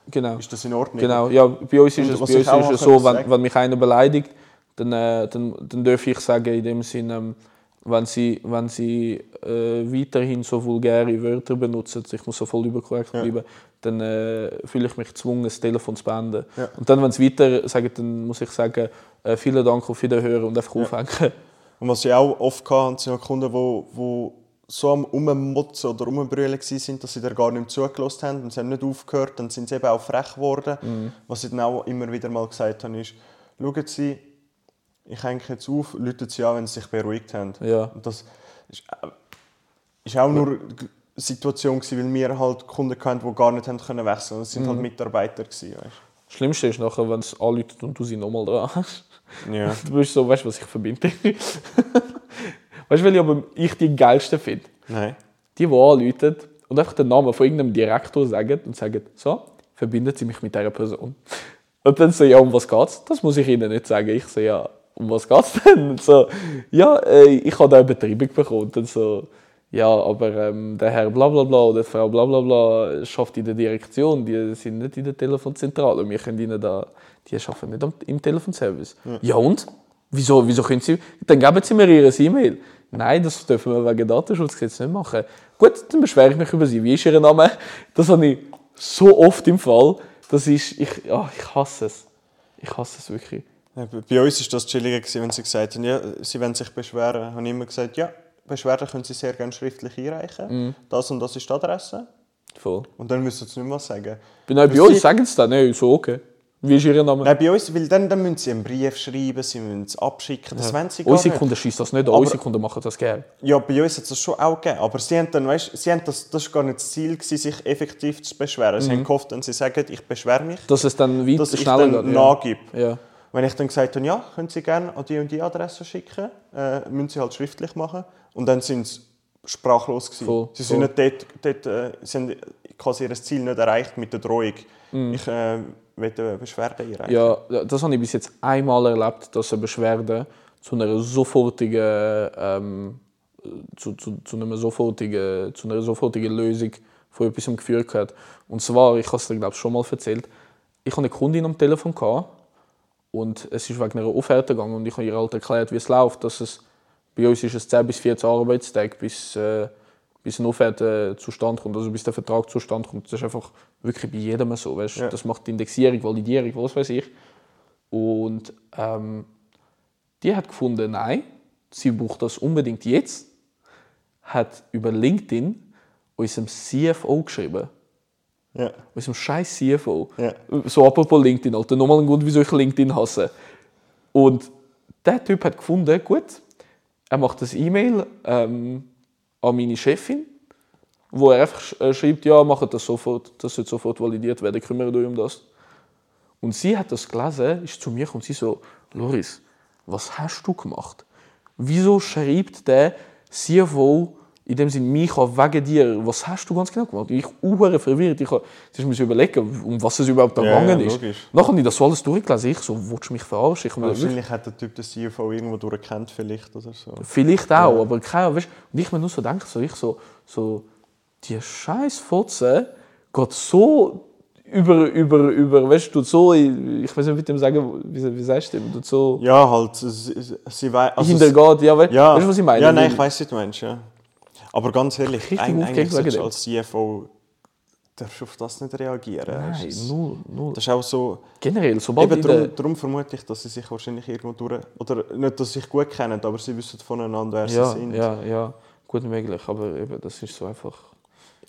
A: Genau.
B: ist das in Ordnung.
A: Genau, ja, bei uns ist
B: Und
A: es,
B: was
A: bei uns
B: ich auch
A: ist es
B: machen
A: so, wenn,
B: muss,
A: wenn mich einer beleidigt, dann, äh, dann, dann darf ich sagen, in dem Sinne, ähm, wenn sie, wenn sie äh, weiterhin so vulgäre Wörter benutzen, also ich muss so voll überkorrekt bleiben, dann äh, fühle ich mich gezwungen, das Telefon zu beenden.
B: Ja.
A: Und dann, wenn sie weiter sagen, dann muss ich sagen, äh, vielen Dank auf Wiederhören und einfach aufhängen.
B: Und was ich auch oft hatte, sind auch Kunden, die, die so am Rummotzen oder Rumbrüllen waren, dass sie da gar nicht mehr zugelassen haben und sie haben nicht aufgehört. Dann sind sie eben auch frech geworden.
A: Mhm.
B: Was ich dann auch immer wieder mal gesagt habe, ist, schauen Sie, ich hänge jetzt auf, läuten Sie an, wenn Sie sich beruhigt haben.
A: Ja.
B: Und das ist, auch- ist auch nur eine Situation, gewesen, weil wir halt Kunden hatten, die gar nicht haben können wechseln konnten. Das sind halt Mitarbeiter. Gewesen, weißt?
A: Das Schlimmste ist nachher, wenn es anläutet und du sie nochmal dran hast.
B: Ja.
A: Du bist so, weißt du, was ich verbinde? weißt du, welche aber ich die geilste finde?
B: Nein.
A: die, die anrufen und einfach den Namen von irgendeinem Direktor sagen und sagen, so, verbinden Sie mich mit dieser Person. Und dann so, ja, um was geht's? Das muss ich Ihnen nicht sagen. Ich so, ja, um was geht's denn? Und so, ja, äh, ich habe da eine Betreibung bekommen. Und dann so, ja, aber ähm, der Herr bla bla bla oder die Frau bla bla bla schafft in der Direktion, die sind nicht in der Telefonzentrale und wir können ihnen da, die arbeiten nicht am, im Telefonservice. ja und? Wieso, wieso können Sie. Dann geben Sie mir Ihre E-Mail. Nein, das dürfen wir wegen Datenschutzgesetz nicht machen. Gut, dann beschwere ich mich über Sie. Wie ist Ihr Name? Das habe ich so oft im Fall. Das ist. Ich, ah, ich hasse es. Ich hasse es wirklich.
B: Ja, bei- Bei uns war das chilliger, gewesen, wenn sie gesagt haben, ja, sie wollen sich beschweren. Habe ich immer gesagt, ja, Beschwerden können sie sehr gerne schriftlich einreichen.
A: Mhm.
B: Das und das ist die Adresse.
A: Voll.
B: Und dann müssen sie nicht mehr was sagen.
A: Bin auch bei
B: Sie-
A: uns, sagen Sie das. Nein, so okay. Wie ist Ihr Name?
B: Nein, bei uns, weil dann, dann müssen sie einen Brief schreiben, sie müssen es abschicken. Das wollen sie gar
A: Unsere
B: nicht.
A: Kunden schießen das nicht an. Unsere Kunden machen das gerne.
B: Ja, bei uns hat es das schon auch gegeben. Aber sie haben dann, weißt, sie haben das, das war gar nicht das Ziel, gewesen, sich effektiv zu beschweren.
A: Mhm.
B: Sie haben gehofft, wenn sie sagen, ich beschwere mich,
A: Dass es dann weiter
B: dass ich
A: schneller
B: dann
A: geht. Ja.
B: nachgebe.
A: ja.
B: Wenn ich dann gesagt habe, ja, können Sie gerne an die und die Adresse schicken, äh, müssen Sie halt schriftlich machen. Und dann sind sie sprachlos gewesen.
A: Voll,
B: sie sind
A: voll.
B: nicht dort, dort äh, sie haben quasi ihr Ziel nicht erreicht mit der Drohung. Ich äh, will eine Beschwerde einreichen.
A: Mhm. Ja, das habe ich bis jetzt einmal erlebt, dass eine Beschwerde zu einer sofortigen, ähm, zu, zu, zu, einem sofortigen, zu einer sofortigen Lösung von etwas geführt hat. Und zwar, ich habe es dir glaube ich schon mal erzählt, ich hatte eine Kundin am Telefon gehabt, und es ist wegen einer Offerte gegangen und ich habe ihr halt erklärt, wie es läuft, dass es bei uns ist es 10 bis 14 Arbeitstage, bis, äh, bis eine Offerte zustande kommt, also bis der Vertrag zustande kommt. Das ist einfach wirklich bei jedem so, weißt? du.
B: Ja.
A: Das macht die Indexierung, Validierung, was weiß ich. Und ähm, die hat gefunden, nein, sie braucht das unbedingt jetzt, hat über LinkedIn unserem CFO geschrieben
B: Ja.
A: unserem scheiß CFO.
B: Ja.
A: So apropos LinkedIn, Alter. Nochmal ein Grund, wieso ich LinkedIn hasse. Und der Typ hat gefunden, gut, er macht das E-Mail ähm, an meine Chefin, wo er einfach sch- äh, schreibt, ja, macht das sofort, das wird sofort validiert werden, kümmert euch um das. Und sie hat das gelesen, ist zu mir gekommen und sie so, Loris, was hast du gemacht? Wieso schreibt der CFO in dem Sinne mich an wegen dir? Was hast du ganz genau gemacht? Ich war verwirrt. Ich musste mir überlegen, um was es überhaupt da
B: Ja, ja,
A: gegangen ist.
B: logisch.
A: Nachher habe ich das so alles durchgelesen. Ich so, willst du mich verarschen? Ich meine,
B: Wahrscheinlich hat der Typ den CFO irgendwo durchgekannt, vielleicht oder so.
A: Vielleicht auch, aber keine Ahnung. weisst du. Und ich mir nur so denke, so, ich so, so die scheiß Fotze geht so über, über, über, weißt du, tut so, ich weiß nicht, wie dem sagen, wie, wie sagst du dem, tut so
B: Ja, halt, sie, sie wei- also es-
A: hintergeht, ja, weißt,
B: Ja.
A: weißt du, was ich meine?
B: Ja, nein, ich weiß, was du meinst. Ja. Aber ganz ehrlich,
A: Richtig
B: eig-
A: aufgeregt
B: eigentlich solltest du
A: wegen
B: als CFO darfst auf das nicht reagieren.
A: Nein,
B: Es ist-
A: null, null.
B: Das ist auch so.
A: Generell, sobald
B: Eben
A: in der,
B: darum, darum vermute ich, dass sie sich wahrscheinlich irgendwo durch. Oder nicht, dass sie sich gut kennen, aber sie wissen voneinander, wer
A: ja,
B: sie sind.
A: ja, ja, gut möglich, aber eben, das ist so einfach.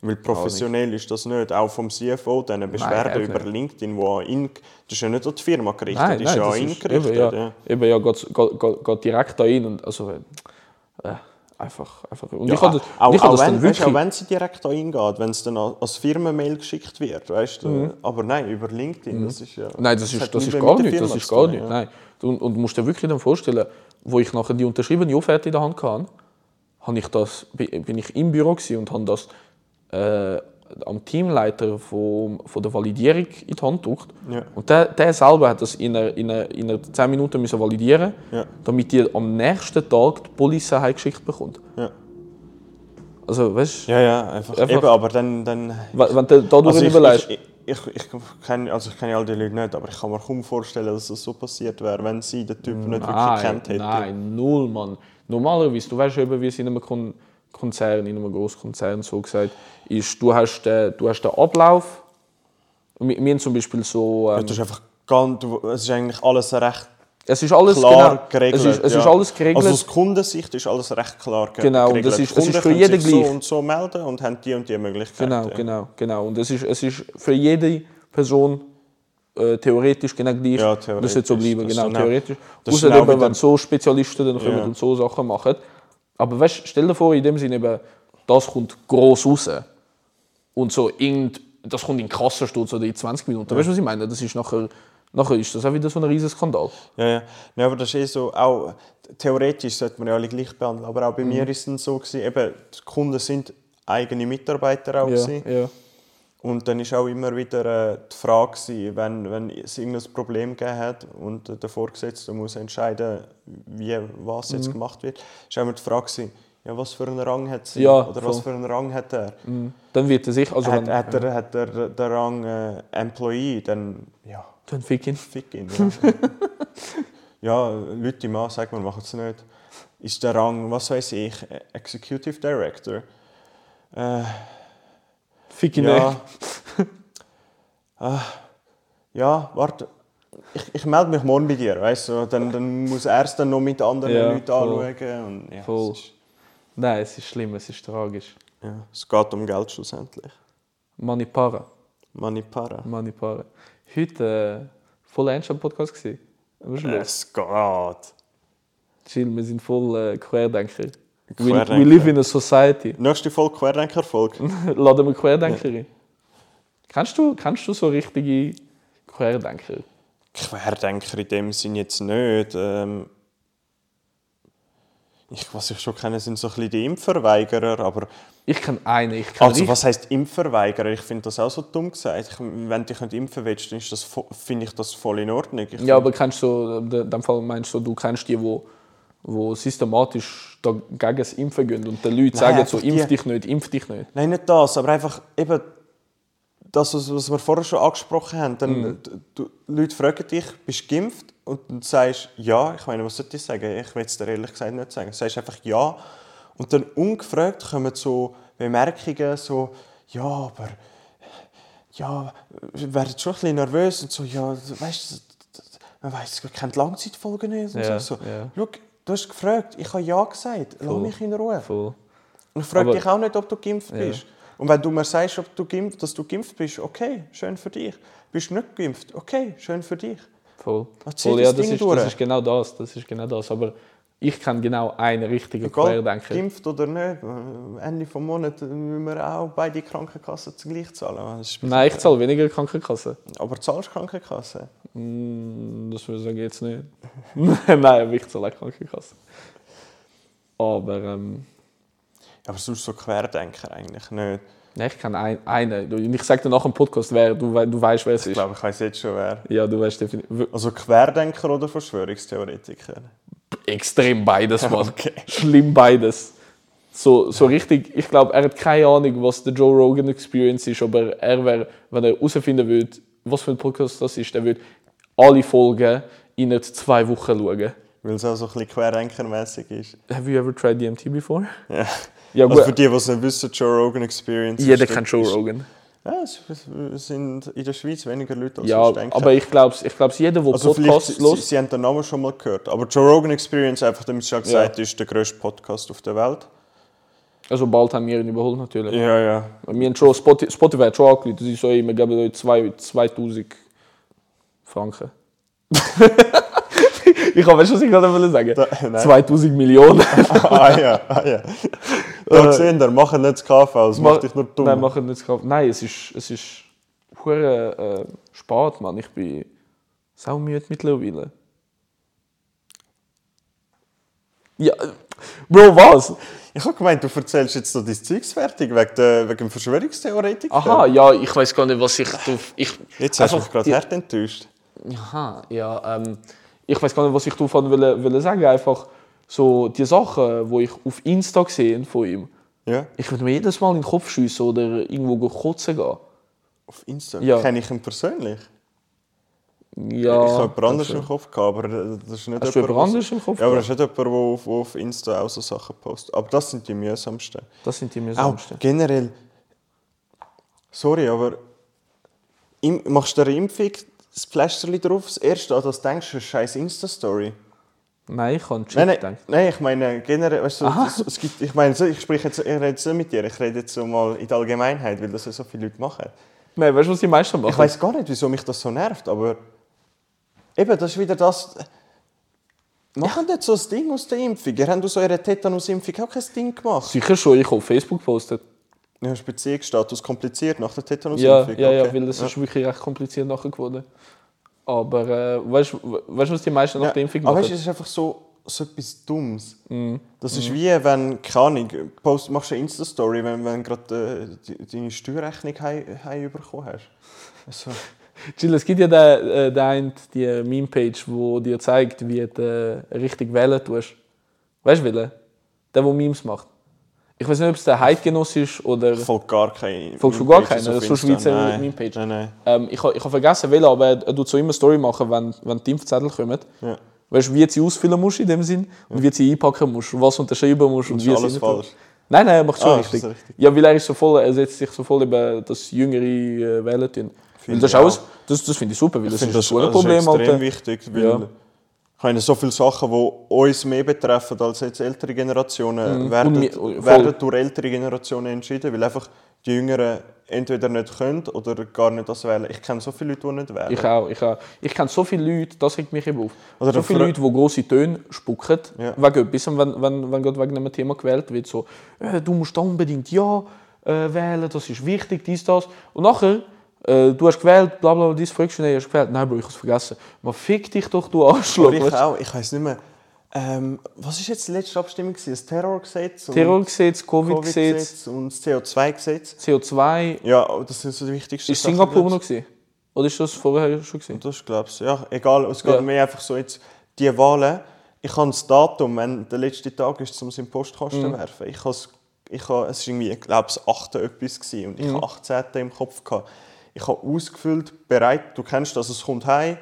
B: Weil professionell ist das nicht. Auch vom CFO, dann eine Beschwerde
A: überhaupt
B: über LinkedIn, wo an ihn, das ist ja nicht an die Firma gerichtet,
A: Nein, nein,
B: das ist ja
A: das
B: an ihn
A: ist-
B: gerichtet.
A: Eben, ja,
B: ja.
A: eben, ja geht, geht, geht, geht direkt an ihn und also äh, äh, einfach, einfach. Und
B: Ja,
A: ich habe das,
B: auch,
A: und ich habe
B: auch,
A: das
B: wenn,
A: dann
B: weißt,
A: wirklich.
B: auch wenn sie direkt an ihn geht, wenn es dann a- als Firmenmail geschickt wird, weißt du? Aber nein, über LinkedIn, das ist ja...
A: Mhm. Nein, das
B: hat
A: ist, das
B: nichts
A: ist
B: mit
A: gar
B: der
A: nichts.
B: Firma
A: Das ist
B: zu
A: gar
B: tun,
A: nichts.
B: ja.
A: Nein. Und, und du musst dir wirklich dann vorstellen, wo ich nachher die unterschriebene Offerte in der Hand hatte, habe ich das, bi- bin ich im Büro gewesen und habe das äh, am Teamleiter von, von der Validierung in die Hand gedrückt.
B: Ja.
A: Und der, der selber hat das in, einer, in, einer, in einer 10 Minuten müssen validieren
B: Ja.
A: damit die am nächsten Tag die Polizei heimgeschickt bekommt.
B: Ja.
A: Also, weißt du,
B: Ja, ja, einfach.
A: Einfach-
B: Eben, aber dann... dann
A: wenn wenn du dadurch
B: also
A: also
B: ich,
A: überlegst,
B: ich, ich, ich, kenne, also ich kenne all die Leute nicht, aber ich kann mir kaum vorstellen, dass das so passiert wäre, wenn sie den Typen
A: Mm,
B: nicht wirklich
A: Nein,
B: gekannt hätten.
A: Ah, nein, null, Mann. Normalerweise, du weißt eben, wie es in einem Kon Konzern, in einem Großkonzern so gesagt ist, du hast den, du hast den Ablauf. Wir, wir haben zum Beispiel so, ähm,
B: Du hast einfach ganz, du, es ist eigentlich alles recht
A: es ist alles
B: klar
A: genau,
B: geregelt.
A: es ist, es
B: ja.
A: ist alles geregelt.
B: Also aus Kundensicht ist alles recht klar ge-
A: Genau, dus und
B: geregelt.
A: das ist- es ist
B: Kunden
A: für
B: können
A: jeden
B: sich so
A: gleich.
B: und so melden und haben die und die Möglichkeiten.
A: genau,
B: ja.
A: genau, genau. Und es ist, es ist für jede Person äh, theoretisch genau gleich.
B: Ja,
A: Und Das wird so
B: theoretisch,
A: bleiben, genau,
B: das ist dann auch-
A: theoretisch.
B: das ist
A: Außer
B: dann auch
A: eben,
B: wieder-
A: wenn so Spezialisten dann kommen
B: Ja.
A: und so Sachen machen. Aber weißt, stell dir vor, in dem Sinne eben, das kommt gross raus. Und so irgend, das kommt in den Kassensturz oder in 20 Minuten. Weißt du, was ich meine? Das ist nachher, nachher ist das auch wieder so ein riesen Skandal.
B: Ja, ja. Nein, aber das ist eh so, auch theoretisch sollte man ja alle gleich behandeln, aber auch
A: Mm.
B: bei mir ist es dann so gewesen, eben, die Kunden sind eigene Mitarbeiter auch gewesen.
A: ja.
B: Und dann war auch immer wieder äh, die Frage, gewesen, wenn, wenn es irgendein Problem gegeben hat und äh, der Vorgesetzte muss entscheiden, wie was
A: Mhm.
B: jetzt gemacht wird, war immer die Frage, gewesen, ja, was für einen Rang hat sie
A: Ja,
B: oder
A: voll.
B: was für einen Rang hat er.
A: Hm. Dann wird er sich, also
B: Hat,
A: wenn,
B: hat er, hat er den Rang äh, Employee, dann ja,
A: dann fick ihn.
B: fick ihn. Ja, ja Leute mal, sag mal, machen es nicht. Ist der Rang, was weiß ich, äh, Executive Director? Äh,
A: Fick ihn
B: ja.
A: echt.
B: Ah. ja, warte. Ich, ich melde mich morgen bei dir, weißt du? Dann, dann muss er es dann noch mit anderen
A: Ja,
B: Leuten
A: voll.
B: anschauen. Und, ja,
A: Voll.
B: Es, ist,
A: Nein, es ist schlimm, es ist tragisch.
B: ja, es geht um Geld schlussendlich.
A: Manipara.
B: Manipara.
A: Manipara. Heute äh, voll ernst am Podcast gewesen. Aber Schluss.
B: Es geht.
A: Chill, wir sind voll äh, Querdenker. We,
B: Querdenker.
A: we live in a society.
B: Nächste Folge Querdenker-Folge.
A: Laden wir Querdenker ein. Kennst du, kennst du so richtige Querdenker?
B: Querdenker in dem Sinn jetzt nicht. Ähm, ich, was ich schon kenne, sind so ein bisschen die Impfverweigerer, aber
A: Ich kenne einen. Ich kenn
B: Also
A: richt-
B: was heißt Impfverweigerer? Ich finde das auch so dumm gesagt. Ich, wenn dich nicht impfen willst, dann ist das vo- finde ich das voll in Ordnung. Ich
A: Ja, aber kennst du, äh, in dem Fall meinst du, du kennst die, wo, wo systematisch dagegen das Impfen gehen und den Leuten sagen so,
B: einfach die-
A: impf dich nicht, impf dich nicht.
B: Nein, nicht das, aber einfach eben das, was, was wir vorher schon angesprochen haben. Dann,
A: Mhm.
B: du- du, Leute fragen dich, bist du geimpft? Und dann sagst du, ja. Ich meine, was soll ich sagen? Ich will es dir ehrlich gesagt nicht sagen. Du sagst einfach ja. Und dann ungefragt kommen so Bemerkungen, so, ja, aber ja, ich werde jetzt schon ein bisschen nervös und so, ja, weißt du, man weiß, man kennt die Langzeitfolgen nicht. Und
A: Ja,
B: so. so
A: ja.
B: Schau, du hast gefragt, ich habe ja gesagt, lass mich in Ruhe.
A: Voll.
B: Und ich frage
A: Aber-
B: dich auch nicht, ob du geimpft bist. Und wenn du mir sagst, ob du geimpft, dass du geimpft bist, okay, schön für dich. Bist nicht geimpft, okay, schön für dich.
A: Voll.
B: Was zieht
A: Voll
B: das
A: ja, das
B: Ding
A: ist,
B: durch?
A: das ist genau das. Das ist genau das. Aber ich kann genau einen richtigen
B: Egal,
A: Querdenker.
B: geimpft oder nicht, äh, Ende des Monats müssen wir auch beide Krankenkassen zugleich zahlen. Das ist-
A: Nein, ich zahle weniger Krankenkasse.
B: Aber zahlst du Krankenkasse?
A: Mm, Das würde ich sagen, jetzt nicht. Nein, aber ich zahle auch Krankenkasse. Aber ähm,
B: Ja, aber sonst so Querdenker eigentlich nicht.
A: nein, ich kann ein, einen. Und ich sage dir nach dem Podcast, wer, du, wei- du weißt, wer es
B: Ich
A: ist.
B: glaube, ich weiß jetzt schon wer.
A: Ja, du weißt definitiv.
B: Also Querdenker oder Verschwörungstheoretiker?
A: Extrem beides, Mann.
B: Okay.
A: Schlimm beides. So, so richtig, ich glaube, er hat keine Ahnung, was der Joe Rogan Experience ist, aber er wäre, wenn er herausfinden würde, was für ein Podcast das ist, er würde alle Folgen innerhalb zwei Wochen schauen.
B: Weil es auch so ein bisschen Querdenkermäßig ist.
A: Have you ever tried DMT before?
B: Ja.
A: Ja,
B: Also
A: gut.
B: für die, die es nicht wissen, Joe Rogan Experience
A: Jeder
B: ist-
A: kennt Joe
B: ist-
A: Rogan.
B: Ja, es es sind in der Schweiz weniger Leute, als
A: Ja,
B: ich denke.
A: aber ich glaube, ich glaub's, jeder, der
B: also vielleicht,
A: Podcasts
B: sie,
A: los.
B: sie haben den Namen schon mal gehört. Aber Joe Rogan Experience, einfach damit schon gesagt, ist der grösste Podcast auf der Welt.
A: Also bald haben wir ihn überholt natürlich.
B: Ja, ja.
A: Wir haben schon Spotify, Spotify hat schon angerufen, sie so, ey, wir geben euch zwei- 2000 Franken. ich habe weißt du, was ich gerade wollte sagen
B: Da- nein.
A: 2000 Millionen.
B: ah ja, ah
A: Äh,
B: ja. Da sehen wir, machen nicht das KV, das macht dich nur dumm.
A: Nein, machen nicht kaufen. Nein, es ist, es ist hure, äh, spät, Mann. Ich bin sau müde mittlerweile. Ja, äh, Bro, was?
B: ich habe gemeint, du erzählst jetzt noch dein Zeugs fertig, wegen, der, wegen dem Verschwörungstheoretiker.
A: Aha, ja, ich weiß gar nicht, was ich. drauf- ich
B: Jetzt hast du mich
A: einfach
B: gerade
A: die-
B: hart enttäuscht.
A: Aha, ja. Ähm, ich weiß gar nicht, was ich davon will, will sagen. Einfach so die Sachen, die ich auf Insta gesehen von ihm.
B: Ja,
A: Ich würde mir jedes Mal in den Kopf schiessen oder irgendwo kotzen gehen.
B: auf Insta.
A: Ja.
B: Kenne ich ihn persönlich.
A: Ja,
B: ich habe jemand anderes
A: das-
B: im Kopf gehabt, aber äh, das ist nicht
A: Hast du jemand
B: was-
A: anderes im Kopf
B: Ja, aber das ist nicht jemand, der auf, der auf Insta auch so Sachen postet. Aber das sind die mühsamsten.
A: Das sind die
B: Auch
A: mühsamsten.
B: generell. Sorry, aber im, machst du eine Impfung, das Pflasterli drauf, das erste, an das denkst du, ist scheiß Insta-Story.
A: Nein, ich habe einen Chip
B: Nein, nein,
A: gedacht.
B: nein, ich meine generell, weißt du, es, es gibt, ich meine, so, ich spreche jetzt, ich rede jetzt nicht mit dir, ich rede jetzt so mal in der Allgemeinheit, weil das ja so viele Leute machen.
A: Nein, weißt du, was die meisten machen?
B: Ich weiß gar nicht, wieso mich das so nervt, aber eben, das ist wieder das. Machen nicht so ein Ding aus der Impfung. Ihr habt aus eurer Tetanus-Impfung auch kein Ding gemacht.
A: Sicher schon, ich habe auf Facebook gepostet.
B: Ja, ist Beziehungsstatus kompliziert nach der
A: Ja,
B: Tetanus-Impfung.
A: ja, ja,
B: okay.
A: weil es ist wirklich recht kompliziert nachher geworden. Aber äh, weißt du, weißt, du, was die meisten nach der Impfung
B: Aber
A: machen? Mhm.
B: weißt du, es ist einfach so, so etwas Dummes. Das ist wie wenn, keine Ahnung, post, machst du eine Insta-Story, wenn, wenn du gerade äh, de- deine Steuerrechnung hei- heimbekommen hast. Also,
A: Jill, es gibt ja den, äh, den einen, die Meme-Page, wo dir zeigt, wie du äh, richtig wählen tust. Weißt du, welchen? Der, der Memes macht. Ich weiß nicht, ob es der Heidgenoss ist oder.
B: ich folge gar keine.
A: Folgst du gar
B: Pages
A: keinen?
B: auf
A: So
B: Insta.
A: Schweizer
B: Nein.
A: Meme-Page.
B: Nein, nein.
A: Ähm, ich ha- ich habe vergessen, welchen, aber er, er tut so immer Story machen, wenn, wenn die Impfzettel kommen.
B: Ja.
A: Weißt du, wie du sie ausfüllen musst in dem Sinn und wie du sie einpacken musst und was unterschreiben musst und,
B: ist
A: wie
B: alles
A: sie reintun.
B: falsch.
A: Nein, nein, er macht schon
B: Ah, ist das
A: richtig.
B: richtig?
A: Ja, weil er ist so voll, er setzt sich so voll über das jüngere äh, Wählen tun. Weil
B: Finde
A: das ist
B: ich
A: auch, ein- das, das finde ich super, weil
B: Ich
A: das
B: finde
A: ist das
B: das,
A: ein
B: das
A: Problem,
B: ist extrem
A: Alter.
B: wichtig, weil
A: Ja.
B: ich meine, so viele Sachen, die uns mehr betreffen als jetzt ältere Generationen,
A: Mhm.
B: werden,
A: Und mir- voll.
B: werden durch ältere Generationen entschieden, weil einfach die Jüngeren entweder nicht können oder gar nicht das wählen. Ich kenne so viele Leute, die nicht wählen.
A: Ich auch, ich auch. Ich kenne so viele Leute, das regt mich eben auf.
B: Oder
A: so
B: eine
A: viele
B: Fra-
A: Leute, die grosse Töne spucken,
B: Ja.
A: wegen etwas, Und wenn, wenn, wenn gerade wegen einem Thema gewählt wird, so, äh, du musst da unbedingt Ja äh, wählen, das ist wichtig, dies, das. Und nachher, äh, du hast gewählt, bla bla, bla, dies, fragst du, nein, hast du gewählt. Nein, Bro, ich hab's vergessen. Man fick dich doch, du Arschloch.
B: Aber ich
A: weißt
B: auch, ich weiß nicht mehr. Ähm, was war jetzt die letzte Abstimmung? gewesen? Das Terrorgesetz?
A: du?
B: und
A: Terrorgesetz, Covid-Gesetz,
B: Covid-Gesetz und das CO2-Gesetz?
A: CO2.
B: Ja, das sind so die wichtigsten
A: Ist
B: Sachen,
A: Singapur
B: glaub's.
A: noch gewesen? Oder ist das vorher schon gewesen?
B: Das glaube ich. Ja, egal. Es geht
A: Ja.
B: mir einfach so jetzt die Wahlen. Ich habe das Datum, wenn der letzte Tag ist, um es in den Postkasten zu werfen. Ich has, ich has, es war irgendwie, ich glaube, das 8. etwas gewesen, und ich habe 18. im Kopf. Gehabt. Ich habe ausgefüllt, bereit, du kennst das, es kommt heim.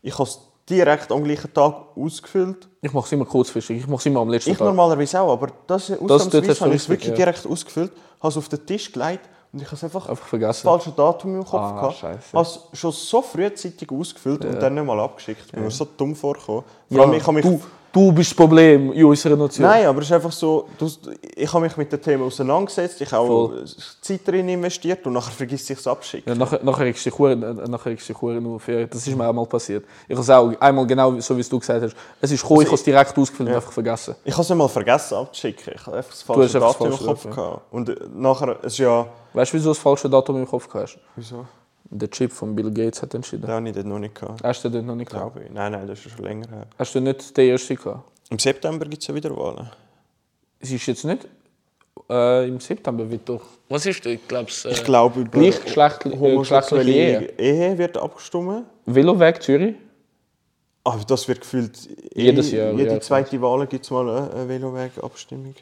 B: Ich habe es direkt am gleichen Tag ausgefüllt.
A: Ich mach's immer kurzfristig, ich mach's immer am letzten
B: Ich
A: Tag.
B: normalerweise auch, aber das
A: dort hast du
B: ausnahmsweise habe ich es
A: ausgefüllt,
B: wirklich
A: ja.
B: direkt ausgefüllt, habe es auf den Tisch gelegt und ich habe es einfach
A: Einfach vergessen.
B: das falsche Datum im Kopf
A: Ah,
B: gehabt.
A: scheiße.
B: Habe es schon so frühzeitig ausgefüllt und dann nicht mal abgeschickt. Bin mir so dumm vorgekommen. Vor
A: Ja,
B: allem, ich habe mich...
A: du, du bist das Problem in unserer Nation.
B: Nein, aber es ist einfach so, du, ich habe mich mit dem Thema auseinandergesetzt, ich habe auch
A: Voll.
B: Zeit drin investiert und nachher vergisst ich es abschicken.
A: Ja, nachher, nachher regst du dich hure- äh, nachher regst du dich hure nur auf. Ja, Das ist mir einmal passiert. Ich habe auch einmal genau so, wie du gesagt hast. Es ist gekommen, ich
B: Also
A: habe es direkt ausgefüllt und einfach vergessen.
B: Ich habe es nicht mal vergessen abzuschicken, ich habe einfach das
A: hast
B: falsche
A: einfach das
B: Datum im
A: falsche
B: Kopf
A: Datum,
B: gehabt. Und äh, nachher, es ist ja...
A: Weißt du, wieso du das falsche Datum im Kopf hast?
B: Wieso?
A: Der Chip von Bill Gates hat entschieden.
B: Den habe ich dort noch nicht gehabt.
A: Hast du den noch nicht gehabt?
B: Glaube ich. Nein, nein, das ist schon länger her.
A: Hast du nicht den ersten gehabt?
B: Im September gibt es ja wieder Wahlen.
A: Es ist jetzt nicht äh, im September wird doch. Was ist das? Ich äh, glaube es.
B: Ich glaube, über
A: Gleichgeschlechtliche-
B: homosexuelle
A: äh, Ehe.
B: Ehe wird abgestimmt.
A: Veloweg Zürich?
B: Aber das wird gefühlt eh-
A: Jedes Jahr,
B: Jede
A: ja,
B: zweite Wahl gibt es mal eine, eine Veloweg-Abstimmung.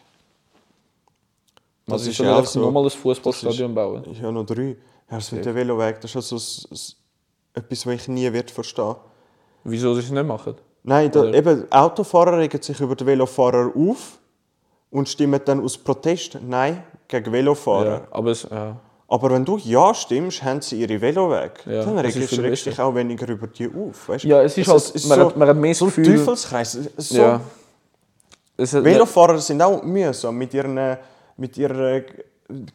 B: Also
A: Das,
B: ist
A: ist ja
B: ja auch
A: einfach
B: so.
A: nochmal ein Fußballstadion bauen.
B: Ich habe noch drei. Ja, das mit dem Veloweg, das ist also s- s- etwas, was ich nie wird verstehen
A: Wieso sie es nicht machen?
B: Nein, da,
A: Oder-
B: eben, Autofahrer regen sich über den Velofahrer auf und stimmen dann aus Protest Nein gegen Velofahrer.
A: Ja, aber es, äh,
B: Aber wenn du Ja stimmst, haben sie ihre Velo weg.
A: Ja,
B: dann
A: das
B: regst
A: ist viel
B: regst dich
A: besser.
B: auch weniger über die auf. Weißt?
A: Ja, es ist halt- man hat- man hat mehr das
B: so ein
A: Gefühl-
B: Teufelskreis. So,
A: Ja. Es hat-
B: Velofahrer sind auch mühsam mit ihren... Mit ihren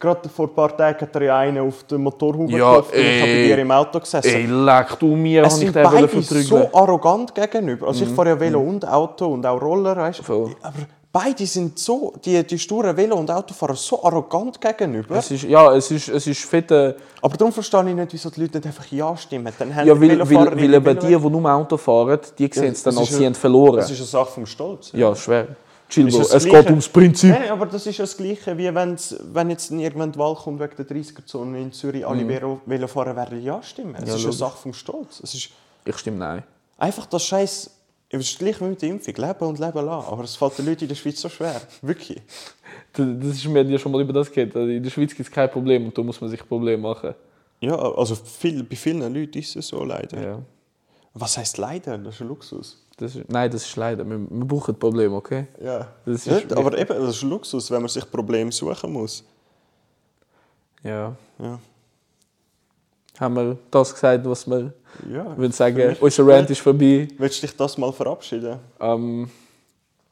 B: Gerade vor ein paar Tagen hat er ja einen auf den Motorhaube
A: Ja,
B: getroffen und ich habe bei
A: ey.
B: dir im Auto gesessen.
A: Ey, leck du mir,
B: Es
A: hab ich
B: sind
A: den wollen
B: beide so
A: verprügeln.
B: arrogant gegenüber. Also ich fahre ja Velo und Auto und auch Roller, weißt du?
A: Mhm. Voll.
B: Aber beide sind so, die, die sturen Velo- und Autofahrer so arrogant gegenüber.
A: Es ist, ja, es ist, es ist äh, fette.
B: Aber darum verstehe ich nicht, wieso die Leute nicht einfach Ja stimmen. Dann haben
A: Ja,
B: die
A: weil,
B: Velofahrer
A: weil, weil
B: ihre
A: eben die,
B: Velo-
A: die nur Auto fahren, die sehen es dann
B: das
A: als
B: ist
A: sie
B: ja-
A: haben verloren.
B: Das ist eine Sache vom Stolz.
A: ja, schwer. Chill,
B: Ist
A: Bro.
B: das
A: Es
B: Gleiche?
A: geht ums Prinzip.
B: Nein, aber das ist ja das Gleiche, wie wenn's, wenn jetzt irgendwann die Wahl kommt wegen der 30er-Zone in Zürich, alle Velo- Velofahrer werden Mhm. Ja stimmen. Es ist eine
A: logisch.
B: Sache vom Stolz. Es ist
A: Ich stimme nein.
B: Einfach das Scheiß. Es ist gleich wie mit der Impfung. Leben und leben lassen. Aber es fällt den Leuten in der Schweiz so schwer. Wirklich.
A: Das das ist mir ja schon mal über das geredet. Also In der Schweiz gibt es kein Problem und da muss man sich Probleme machen.
B: Ja, also viel, bei vielen Leuten ist es so leider.
A: Ja.
B: Was heißt leider? Das ist ein Luxus.
A: Das ist, nein, das ist leider. Wir, wir brauchen Probleme, okay?
B: Ja.
A: Das ist
B: Nicht, aber eben, das ist ein Luxus, wenn man sich Probleme suchen muss.
A: Ja.
B: Ja.
A: Haben wir das gesagt, was wir
B: ja.
A: würden
B: Für
A: sagen?
B: mich-
A: Unser Rant ist vorbei.
B: Willst du dich das mal verabschieden?
A: Ähm,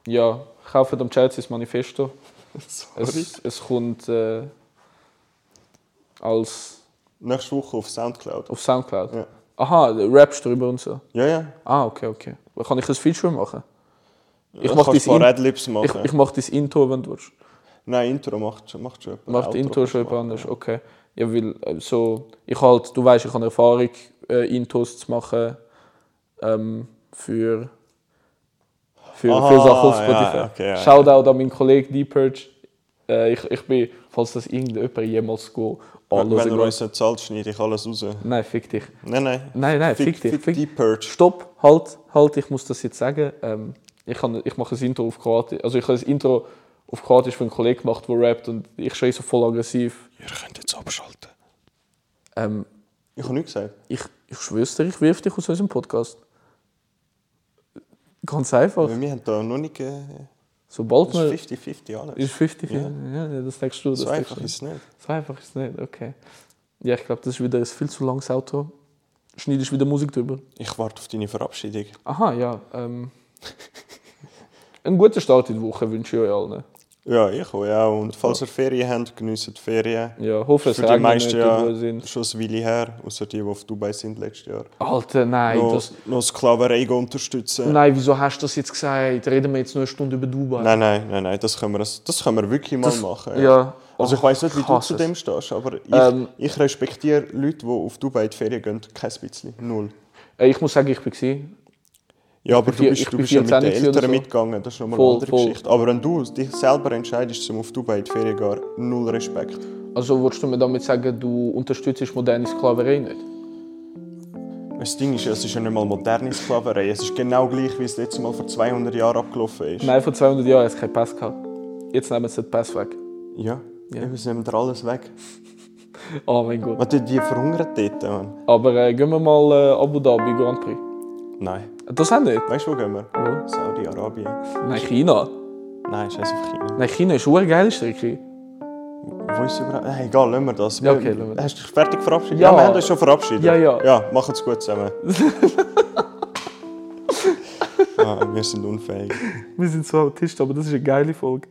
A: ja, kaufen am Chelsea das Manifesto.
B: Sorry.
A: Es, es kommt äh, als
B: Nächste Woche auf Soundcloud.
A: auf Soundcloud.
B: Ja.
A: Aha, du rappst drüber und so.
B: Ja, ja.
A: Ah, okay, okay. Kann ich ein Feature machen? Ich
B: Dann
A: mach
B: kannst
A: dein
B: ein paar
A: In-
B: Adlibs machen.
A: Ich, ich mache das Intro, wenn du willst.
B: Nein, Intro macht schon, macht schon jemand.
A: Macht
B: Outro
A: Intro schon
B: kannst du
A: jemand anders, okay. Ja, weil äh, so, ich halt, du weißt, ich habe Erfahrung, äh, Intros zu machen ähm, für, für,
B: Aha,
A: für Sachen auf
B: ja,
A: Spotify.
B: okay, ja,
A: Shoutout an meinen Kollegen Deepurge. Äh, ich, ich bin, falls das irgendjemand jemals go
B: machen. Wenn du
A: anhören
B: uns nicht zahlt, schneide ich alles raus.
A: Nein, fick dich.
B: Nein, nein.
A: Nein, nein, fick, dich. Fick,
B: die Purge.
A: Stopp, halt, halt, ich muss das jetzt sagen. Ähm, ich, kann, ich mache ein Intro auf Kroatisch. Also ich habe ein Intro auf Kroatisch für einen Kollegen gemacht, der rappt und ich schreie so voll aggressiv.
B: Ihr könnt jetzt abschalten.
A: Ähm,
B: Ich habe nichts gesagt.
A: ich, ich schwör's dir, ich wirf dich aus unserem Podcast. Ganz einfach.
B: Weil wir haben da noch nicht. Äh,
A: Sobald
B: das
A: man...
B: ist 50-50 alles.
A: Ist 50 ja.
B: Ja.
A: ja, das denkst du. Das
B: So
A: denkst
B: einfach
A: du.
B: ist es nicht.
A: So einfach ist es nicht, okay. Ja, ich glaube, das ist wieder ein viel zu langes Auto. Schneidest wieder Musik drüber.
B: Ich warte auf deine Verabschiedung.
A: Aha, ja. Ähm, einen guten Start in die Woche wünsche ich euch allen.
B: Ja, ich auch. Ja. Und falls ihr Ferien habt, geniessen die Ferien.
A: Ja, hoffe, es
B: Für die
A: regnet nicht,
B: meisten
A: ja.
B: ja
A: wo sind.
B: schon eine Weile her, außer die, die auf Dubai sind letztes Jahr.
A: Alter, nein.
B: noch,
A: Das,
B: noch Sklaverei unterstützen. Nein.
A: nein, wieso hast du das jetzt gesagt? Reden wir jetzt nur eine Stunde über Dubai.
B: nein, nein, nein, das können wir, das können wir wirklich mal
A: Das-
B: machen.
A: ja.
B: Also ich weiß nicht, wie
A: ich
B: du
A: hasse
B: zu
A: es.
B: dem stehst, aber ich,
A: Ähm.
B: ich respektiere Leute, die auf Dubai in die Ferien gehen, kein bisschen. Null.
A: Äh, Ich muss sagen, ich bin gewesen.
B: Ja, aber du
A: vier-
B: bist,
A: ich
B: du
A: bin
B: bist ja mit den
A: 24 oder
B: Eltern
A: so.
B: mitgegangen, das ist nochmal eine
A: Voll,
B: andere
A: voll.
B: Geschichte. Aber wenn du dich selber entscheidest, um auf Dubai in die Ferien zu gehen, null Respekt.
A: Also würdest du mir damit sagen, du unterstützt moderne Sklaverei nicht?
B: Das Ding ist, ja, es ist ja nicht mal moderne Sklaverei, es ist genau gleich, wie es letztes Mal vor 200 Jahren abgelaufen ist.
A: Nein, vor 200 Jahren hat es keinen Pass gehabt. Jetzt nehmen sie den Pass weg.
B: Ja, ja. wir nehmen dir alles weg.
A: Oh mein Gott.
B: Was die, die verhungern dort, Mann?
A: Aber äh, gehen wir mal äh, Abu Dhabi Grand Prix.
B: Nein.
A: Das auch nicht.
B: Weißt du, wo gehen wir?
A: Wo?
B: Saudi-Arabien.
A: Nein, China.
B: Nein, scheiß auf China.
A: Nein, China ist eine geile Strecke.
B: Wo ist überhaupt? Hey, Äh, egal, lassen wir das.
A: Ja, okay, lassen wir das.
B: Hast du dich fertig verabschiedet?
A: Ja.
B: wir haben uns schon verabschiedet.
A: Ja, ja.
B: Ja, macht's gut zusammen. ah, wir sind unfähig. Ah,
A: Wir sind so autistisch, aber das ist eine geile Folge.